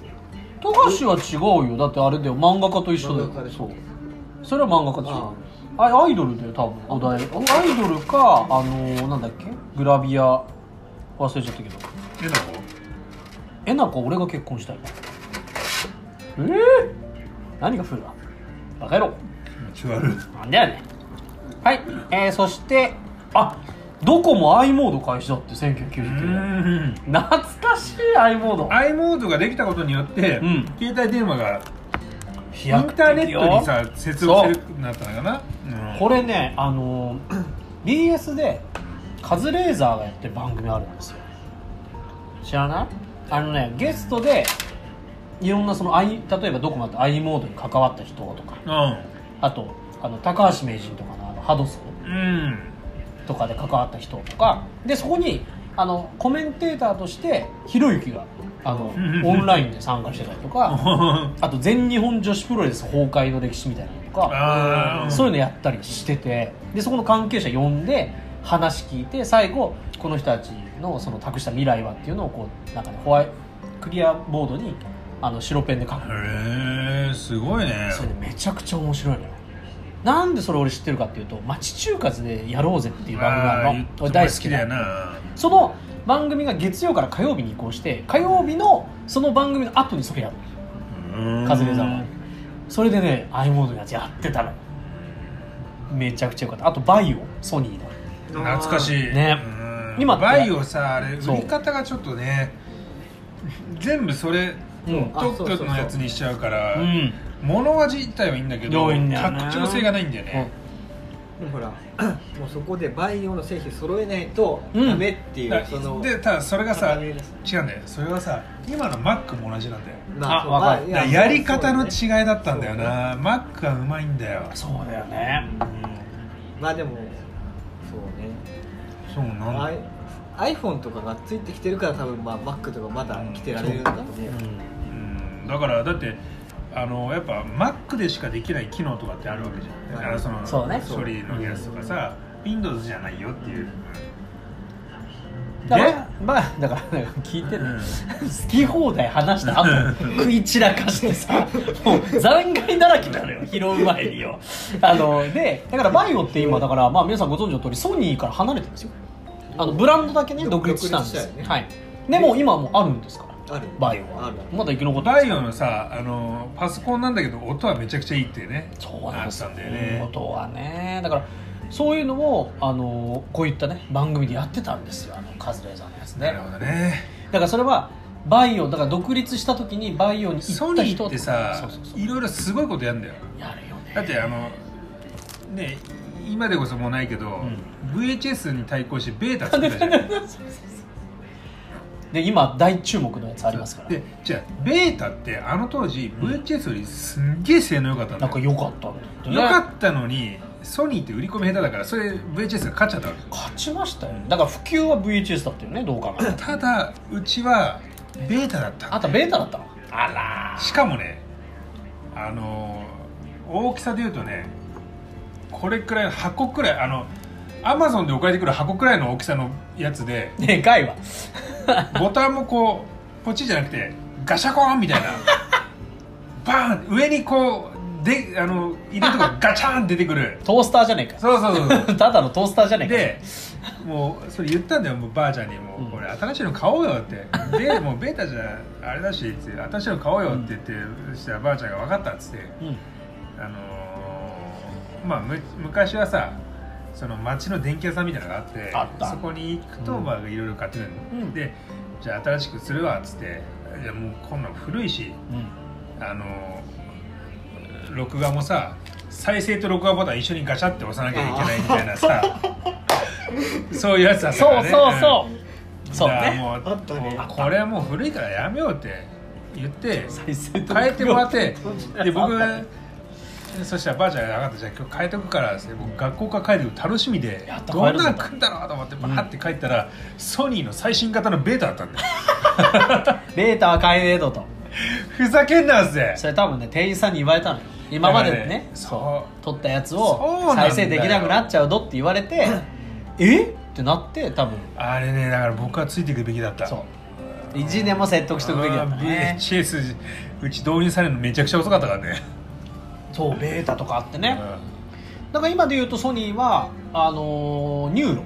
[SPEAKER 1] 富樫は違うよだってあれだよ漫画家と一緒だよ
[SPEAKER 3] 漫画家でし
[SPEAKER 1] そ
[SPEAKER 3] ょ
[SPEAKER 1] うそれは漫画家でしょあアイドルだよ多分お題アイドルかあのなんだっけグラビア忘れちゃったけど
[SPEAKER 2] えなこ
[SPEAKER 1] えなこ俺が結婚したいええ何がフルだバカ野郎
[SPEAKER 2] 気悪い
[SPEAKER 1] なんだよねはいえー、そしてあどこも i モード開始だって1999
[SPEAKER 2] ん
[SPEAKER 1] 年懐かしい i モード
[SPEAKER 2] i モードができたことによって、
[SPEAKER 1] うん
[SPEAKER 2] 携帯電話がイ
[SPEAKER 1] 飛
[SPEAKER 2] ンターネット
[SPEAKER 1] 躍的
[SPEAKER 2] に
[SPEAKER 1] よ
[SPEAKER 2] さ接続するようになったのかな、うん
[SPEAKER 1] これねあのー BS でカズレーザーがやってる番組あるんですよ知らないあのねゲストでいろんなその I 例えばどこもあって i モードに関わった人とかあとあの高橋名人とかのあのハドソン
[SPEAKER 2] うんうん
[SPEAKER 1] とかで関わった人とかでそこにあのコメンテーターとしてひろゆきがあの
[SPEAKER 2] うんうんうん
[SPEAKER 1] オンラインで参加してたりとかあと全日本女子プロレス崩壊の歴史みたいなのとか
[SPEAKER 2] *laughs* あー
[SPEAKER 1] そういうのやったりしててでそこの関係者呼んで話聞いて最後この人たちのその託した未来はっていうのをこうなんかねホワイクリアボードにあの白ペンで書く
[SPEAKER 2] へえすごいね
[SPEAKER 1] それねめちゃくちゃ面白いのよなんでそれ俺知ってるかっていうと町中華でやろうぜっていう番組があるの
[SPEAKER 2] ー
[SPEAKER 1] 俺大好き
[SPEAKER 2] だ
[SPEAKER 1] だ
[SPEAKER 2] よ
[SPEAKER 1] よな
[SPEAKER 2] な
[SPEAKER 1] その番組が月曜から火曜日に移行して火曜日のその番組の後にそれやる
[SPEAKER 2] うん
[SPEAKER 1] カズレーザーはそれでね i モードのやつやってたのめちゃくちゃよかったあとバイオソニーの
[SPEAKER 2] 懐かしい
[SPEAKER 1] ね
[SPEAKER 2] うん
[SPEAKER 1] 今って
[SPEAKER 2] バイオさあれ
[SPEAKER 1] そう
[SPEAKER 2] 売り方がちょっとね全部それ
[SPEAKER 1] うん
[SPEAKER 3] あそうそ
[SPEAKER 2] 特
[SPEAKER 3] うそう
[SPEAKER 2] 許のやつにしちゃうから
[SPEAKER 1] うん
[SPEAKER 2] 物味自体はいいんだけど
[SPEAKER 1] いいんだよね
[SPEAKER 2] 拡張性がないんだよね
[SPEAKER 3] でもほら *coughs* もうそこで培養の製品揃えないと
[SPEAKER 1] うん
[SPEAKER 3] ダメっていう、
[SPEAKER 2] だ
[SPEAKER 3] その
[SPEAKER 2] でただそれがさ
[SPEAKER 3] 畳
[SPEAKER 2] 違
[SPEAKER 3] みです
[SPEAKER 2] うんだよそれはさ今のマックも同じなんだよ
[SPEAKER 1] あわかる
[SPEAKER 3] い
[SPEAKER 2] だからやり方の
[SPEAKER 3] そう
[SPEAKER 2] 違いだったんだよなマックはうまいんだよ
[SPEAKER 1] そうだよね
[SPEAKER 3] まあでもそうね
[SPEAKER 2] そうなんだ
[SPEAKER 3] I- iPhone とかがついてきてるから多分まあ Mac とかまだ来てられるんだと思う、
[SPEAKER 2] うんだからだってあのやっぱ Mac でしかできない機能とかってあるわけじゃんだからその
[SPEAKER 1] そうね
[SPEAKER 2] 処理のやつとかさ Windows じゃないよっていう
[SPEAKER 1] うんだからまあだからなんか聞いてね、好き放題話した後食い散らかしてさもう残骸だらけなのよ拾う前によあのでだからバイオって今だから、まあ、皆さんご存知の通りソニーから離れてるんですよあのブランドだけね独
[SPEAKER 3] 独
[SPEAKER 1] 立したんです
[SPEAKER 3] 独立したよね
[SPEAKER 1] はい、でも今はもうあるんですから
[SPEAKER 3] ある
[SPEAKER 1] バイオは
[SPEAKER 3] ある
[SPEAKER 1] まだ生き残ってま
[SPEAKER 2] バ
[SPEAKER 1] す
[SPEAKER 2] イオのさあのパソコンなんだけど音はめちゃくちゃいいっていうね
[SPEAKER 1] そうなんです
[SPEAKER 2] あったんだよね
[SPEAKER 1] 音はねだからそういうのをあのこういったね番組でやってたんですよあのカズレーザーのやつ
[SPEAKER 2] な
[SPEAKER 1] ね
[SPEAKER 2] るほどね
[SPEAKER 1] だからそれはバイオだから独立した時にバイオに行
[SPEAKER 2] ソ
[SPEAKER 1] った
[SPEAKER 2] ニ
[SPEAKER 1] 人
[SPEAKER 2] ーってさ
[SPEAKER 1] そうそうそう
[SPEAKER 2] いろいろすごいことやるんだよ
[SPEAKER 1] やるよね
[SPEAKER 2] だってあのね今でこそもうないけど、VHS に対抗してベータ作ったじゃん
[SPEAKER 1] で今大注目のやつありますから
[SPEAKER 2] でじゃあベータってあの当時 VHS よりすんげえ性能良かったんだ
[SPEAKER 1] なん
[SPEAKER 2] よ
[SPEAKER 1] か良かったんだってね
[SPEAKER 2] 良かったのにソニーって売り込み下手だからそれ VHS が勝っちゃったわけ
[SPEAKER 1] 勝ちましたよねだから普及は VHS だったよねどう考えても
[SPEAKER 2] ただうちはベータだった
[SPEAKER 1] あんたベータだったのあら
[SPEAKER 2] しかもねあのー大きさで言うとねこれくらいの箱くらいあのアマゾンで置かれてくる箱くらいの大きさのやつで
[SPEAKER 1] でかいわ
[SPEAKER 2] ボタンもこうポチじゃなくてガシャコーンみたいなバーン上にこうであの入れるとかガチャーン出てくる
[SPEAKER 1] トースターじゃねえ
[SPEAKER 2] そうそうそう
[SPEAKER 1] *laughs*
[SPEAKER 2] そう
[SPEAKER 1] かただのトースターじゃねえか
[SPEAKER 2] でもうそれ言ったんだよもうばあちゃんにもう、
[SPEAKER 1] うん
[SPEAKER 2] これ新しいの買おうよってでもうベータじゃあれだしって新しいの買おうよって言って、そしたらばあちゃんが分かったっつって
[SPEAKER 1] うん
[SPEAKER 2] あのーまあむ昔はさその町の電気屋さんみたいなのがあって
[SPEAKER 1] あった
[SPEAKER 2] そこに行くと、
[SPEAKER 1] うん
[SPEAKER 2] まあいろいろ買ってくる
[SPEAKER 1] う
[SPEAKER 2] の、
[SPEAKER 1] ん
[SPEAKER 2] でじゃあ新しくするわっつっていやもうこんなの古いし
[SPEAKER 1] うん
[SPEAKER 2] あのー録画もさ再生と録画ボタン一緒にガチャって押さなきゃいけないみたい
[SPEAKER 1] *laughs*
[SPEAKER 2] なさそういうやつだったか
[SPEAKER 1] そ
[SPEAKER 2] ら、
[SPEAKER 1] う
[SPEAKER 2] ね、
[SPEAKER 1] そうそ
[SPEAKER 2] ん
[SPEAKER 1] うそう
[SPEAKER 2] だから
[SPEAKER 1] ね
[SPEAKER 2] もう
[SPEAKER 4] あったね
[SPEAKER 2] もうこれはもう古いからやめようって言って
[SPEAKER 1] 再生と
[SPEAKER 2] 変えてもらってで僕
[SPEAKER 1] あった
[SPEAKER 2] がそしたらばあちゃんが「分かったじゃあ今日変えとくから」って僕学校から帰ってくる楽しみで
[SPEAKER 1] やった
[SPEAKER 2] どんなの来るんだろうと思ってバーって帰ったら、ソニーの最新型のベータだったん
[SPEAKER 1] *laughs*
[SPEAKER 2] だよ
[SPEAKER 1] ベータは変えねえとと
[SPEAKER 2] ふざけんなっすね
[SPEAKER 1] それ多分ね店員さんに言われたのよ今までの
[SPEAKER 2] だから
[SPEAKER 1] ね
[SPEAKER 2] ねそう
[SPEAKER 1] 撮ったやつ
[SPEAKER 2] そ
[SPEAKER 1] を
[SPEAKER 2] うなんだよ
[SPEAKER 1] 再生できなくなっちゃうぞって言われ
[SPEAKER 2] *laughs*
[SPEAKER 1] てえってなって多分
[SPEAKER 2] あれねだから僕はついていくべきだった
[SPEAKER 1] そう意地でも説得しとくべきだった
[SPEAKER 2] あー
[SPEAKER 1] ね
[SPEAKER 2] VHS うち導入されるのめちゃくちゃ遅かったからね
[SPEAKER 1] そうベータとかあってねだから今で言うとソニーはあのーニューロ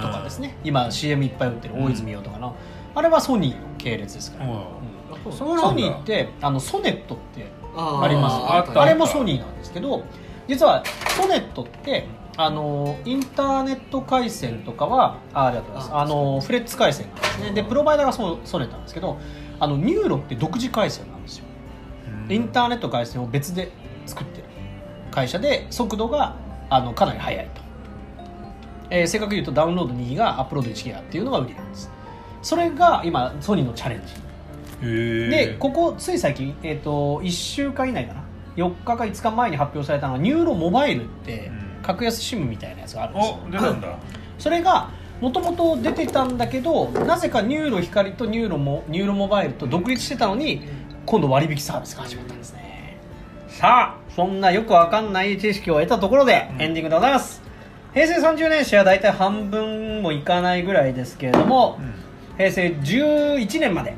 [SPEAKER 2] と
[SPEAKER 1] とかですね今 CM いっぱい売ってる大泉洋とかのあれはソニーの系列ですからうん
[SPEAKER 2] そうなんだ
[SPEAKER 1] ソニーってあのソネットって
[SPEAKER 4] あ
[SPEAKER 1] あります
[SPEAKER 2] あ
[SPEAKER 1] あ
[SPEAKER 2] った
[SPEAKER 1] れもソニーなんですけど実はソネットってあのインターネット回線とかはあありがとうございます
[SPEAKER 4] あ
[SPEAKER 1] あのフレッツ回線なんですねでプロバイダーがソソネットなんですけどあのニューロって独自回線なんですよインターネット回線を別で作ってる会社で速度があのかなり速いと、えー正確に言うとダウンロード2ギガアップロード1ギガっていうのが売りなんですそれが今ソニーのチャレンジで
[SPEAKER 2] で
[SPEAKER 1] ここつい最近、えー、と1週間以内かな4日か5日前に発表されたのはニューロモバイルって
[SPEAKER 2] うん
[SPEAKER 1] 格安 SIM みたいなやつがあるんですよ
[SPEAKER 2] お出たんだ
[SPEAKER 1] それがもともと出てたんだけどなぜかニューロ光とニューロもニューロモバイルと独立してたのに今度割引サービスが始まったんですねさあそんなよくわかんない知識を得たところで
[SPEAKER 2] うん
[SPEAKER 1] エンディングでございます、平成30年史は大体半分もいかないぐらいですけれども、平成11年まで、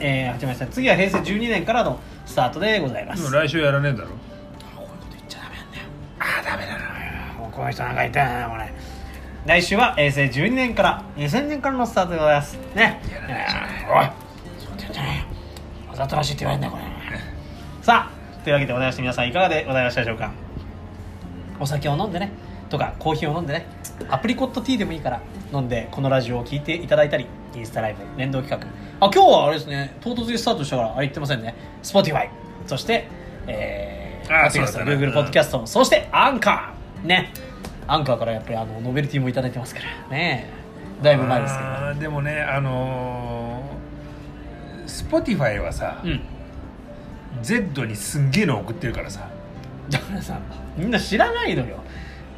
[SPEAKER 1] えー、始めました次は平成12年からのスタートでございま
[SPEAKER 2] ですも来週やらねえだろ
[SPEAKER 5] こういうこと言っちゃダメなんだよ
[SPEAKER 1] あダメなのよもうこの人なんかいたよこれ来週は平成12年から2000年からのスタートでございますね
[SPEAKER 5] そういうこと言っちゃダメよわざとらしいって言われんだよこれ
[SPEAKER 1] さあというわけでございまして皆さんいかがでございましたでしょうかお酒を飲んでねとかコーヒーを飲んでねアプリコットティーでもいいから飲んでこのラジオを聞いていただいたりインスタライブ連動企画あ今日はあれですね唐突にスタートしたからあ言ってませんね Spotify そしてえー、
[SPEAKER 2] あ
[SPEAKER 1] Podcast
[SPEAKER 2] そうだね
[SPEAKER 1] Google ポッドキャストも、そしてアンカーねアンカーからやっぱりあのノベルティもいただいてますからねだいぶ前ですけど
[SPEAKER 2] あーでもねあのー、Spotify はさ、
[SPEAKER 1] うん
[SPEAKER 2] Z にすんげえの送ってるからさ
[SPEAKER 1] だからさみんな知らないのよ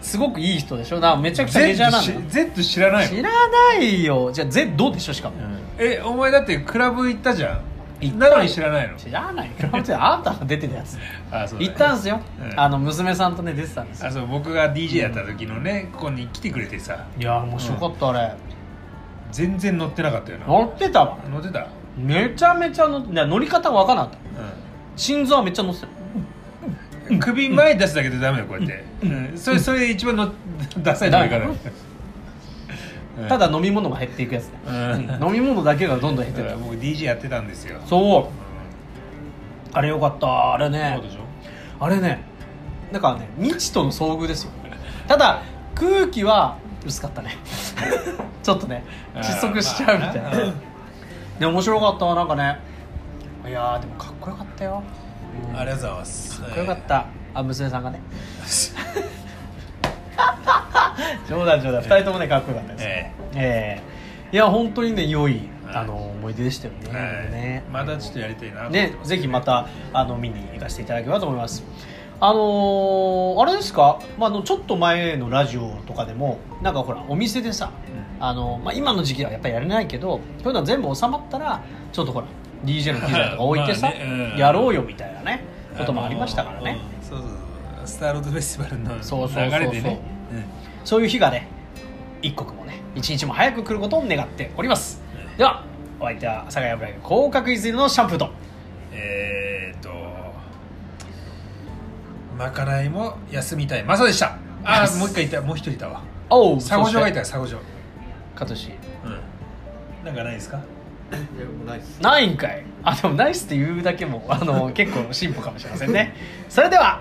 [SPEAKER 1] すごくいい人でしょなめちゃくちゃメジャー
[SPEAKER 2] Z,
[SPEAKER 1] なんだ
[SPEAKER 2] し
[SPEAKER 1] よ
[SPEAKER 2] Z 知らない
[SPEAKER 1] 知
[SPEAKER 2] の
[SPEAKER 1] らないよじゃあ Z でしょしかも、
[SPEAKER 2] えお前だってクラブ行ったじゃ
[SPEAKER 1] 行っ
[SPEAKER 2] ん
[SPEAKER 1] たよ
[SPEAKER 2] なのに知らないの
[SPEAKER 1] 知らない *laughs* クラブってあんたが出てたやつ
[SPEAKER 2] あそうだね
[SPEAKER 1] 行ったんですよ、
[SPEAKER 2] うん
[SPEAKER 1] あの娘さんとね出てたんですよ
[SPEAKER 2] あそう僕が DJ やった時のねここに来てくれてさ
[SPEAKER 1] いやー面白かった、あれ
[SPEAKER 2] 全然乗ってなかったよな
[SPEAKER 1] 乗ってたわ
[SPEAKER 2] 乗ってた、
[SPEAKER 1] めちゃめちゃ乗っていや乗り方が分からなかった心臓はめっちゃ乗ってた
[SPEAKER 2] うん、首前出すだけでダメだよこうやって、うん、それそれで一番 *laughs* のダサいのだから、
[SPEAKER 1] だ
[SPEAKER 2] うん
[SPEAKER 1] ただ飲み物が減っていくやつね、
[SPEAKER 2] うん
[SPEAKER 1] 飲み物だけがどんどん減って
[SPEAKER 2] だか
[SPEAKER 1] た、
[SPEAKER 2] ら僕 DJ やってたんですよ
[SPEAKER 1] そうあれよかったあれ
[SPEAKER 2] そ
[SPEAKER 1] ね
[SPEAKER 2] うでしょ
[SPEAKER 1] あれねだからね未知との遭遇ですよただ空気は薄かったね *laughs* ちょっとね窒息しちゃうみたい
[SPEAKER 2] あーまあ
[SPEAKER 1] なで面白かったわなんかねいやーでもかっこよかったよ
[SPEAKER 2] ありがとうございます
[SPEAKER 1] かっこよかったあ娘さんが
[SPEAKER 2] *laughs*
[SPEAKER 1] ね冗談冗談2人ともねかっこよかったです
[SPEAKER 2] え
[SPEAKER 1] ええいや本当にね良い
[SPEAKER 2] はい
[SPEAKER 1] あの思い出でしたよね,、
[SPEAKER 2] はい
[SPEAKER 1] ね
[SPEAKER 2] またちょっとやりたいなと思って
[SPEAKER 1] ね
[SPEAKER 2] ま、す
[SPEAKER 1] ぜひまたあの見に行かせていただければと思います。あのーあれですか、まあ、あのちょっと前のラジオとかでもなんかほらお店でさ、あのまあ、今の時期はやっぱりやれないけどそういうのは全部収まったらちょっとほら DJ の機材とか置いてさ、
[SPEAKER 2] *laughs* まあねうん
[SPEAKER 1] やろうよみたいなねこともありましたからね、
[SPEAKER 2] うんそうそうそうスターロードフェスティバルの
[SPEAKER 1] そうそうそうそう
[SPEAKER 2] 流れでね
[SPEAKER 1] そういう日がね一刻もね一日も早く来ることを願っておりますではお相手は阿佐ヶ谷ブライド甲殻泉のシャンプーと
[SPEAKER 2] えーっとまかないも休みたいマサでしたあーもう一回いたもう一人いたわ
[SPEAKER 1] おう
[SPEAKER 2] サゴジョがい
[SPEAKER 1] た
[SPEAKER 2] たよサゴジョ
[SPEAKER 1] かとし
[SPEAKER 2] うんなんかないですか
[SPEAKER 3] いやもうないっす
[SPEAKER 1] ないんかいあでもナイスって言うだけもあの結構進歩かもしれませんねそれでは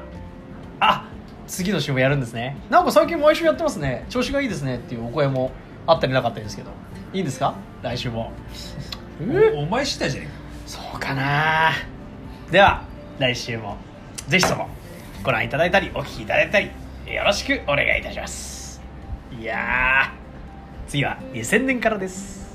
[SPEAKER 1] あ次の週もやるんですねなんか最近毎週やってますね調子がいいですねっていうお声もあったりなかったりですけどいいんですか来週も
[SPEAKER 2] おお前次第じゃね
[SPEAKER 1] そうかなでは来週もぜひともご覧いただいたりお聞きいただいたりよろしくお願いいたしますいやー次は2000年からです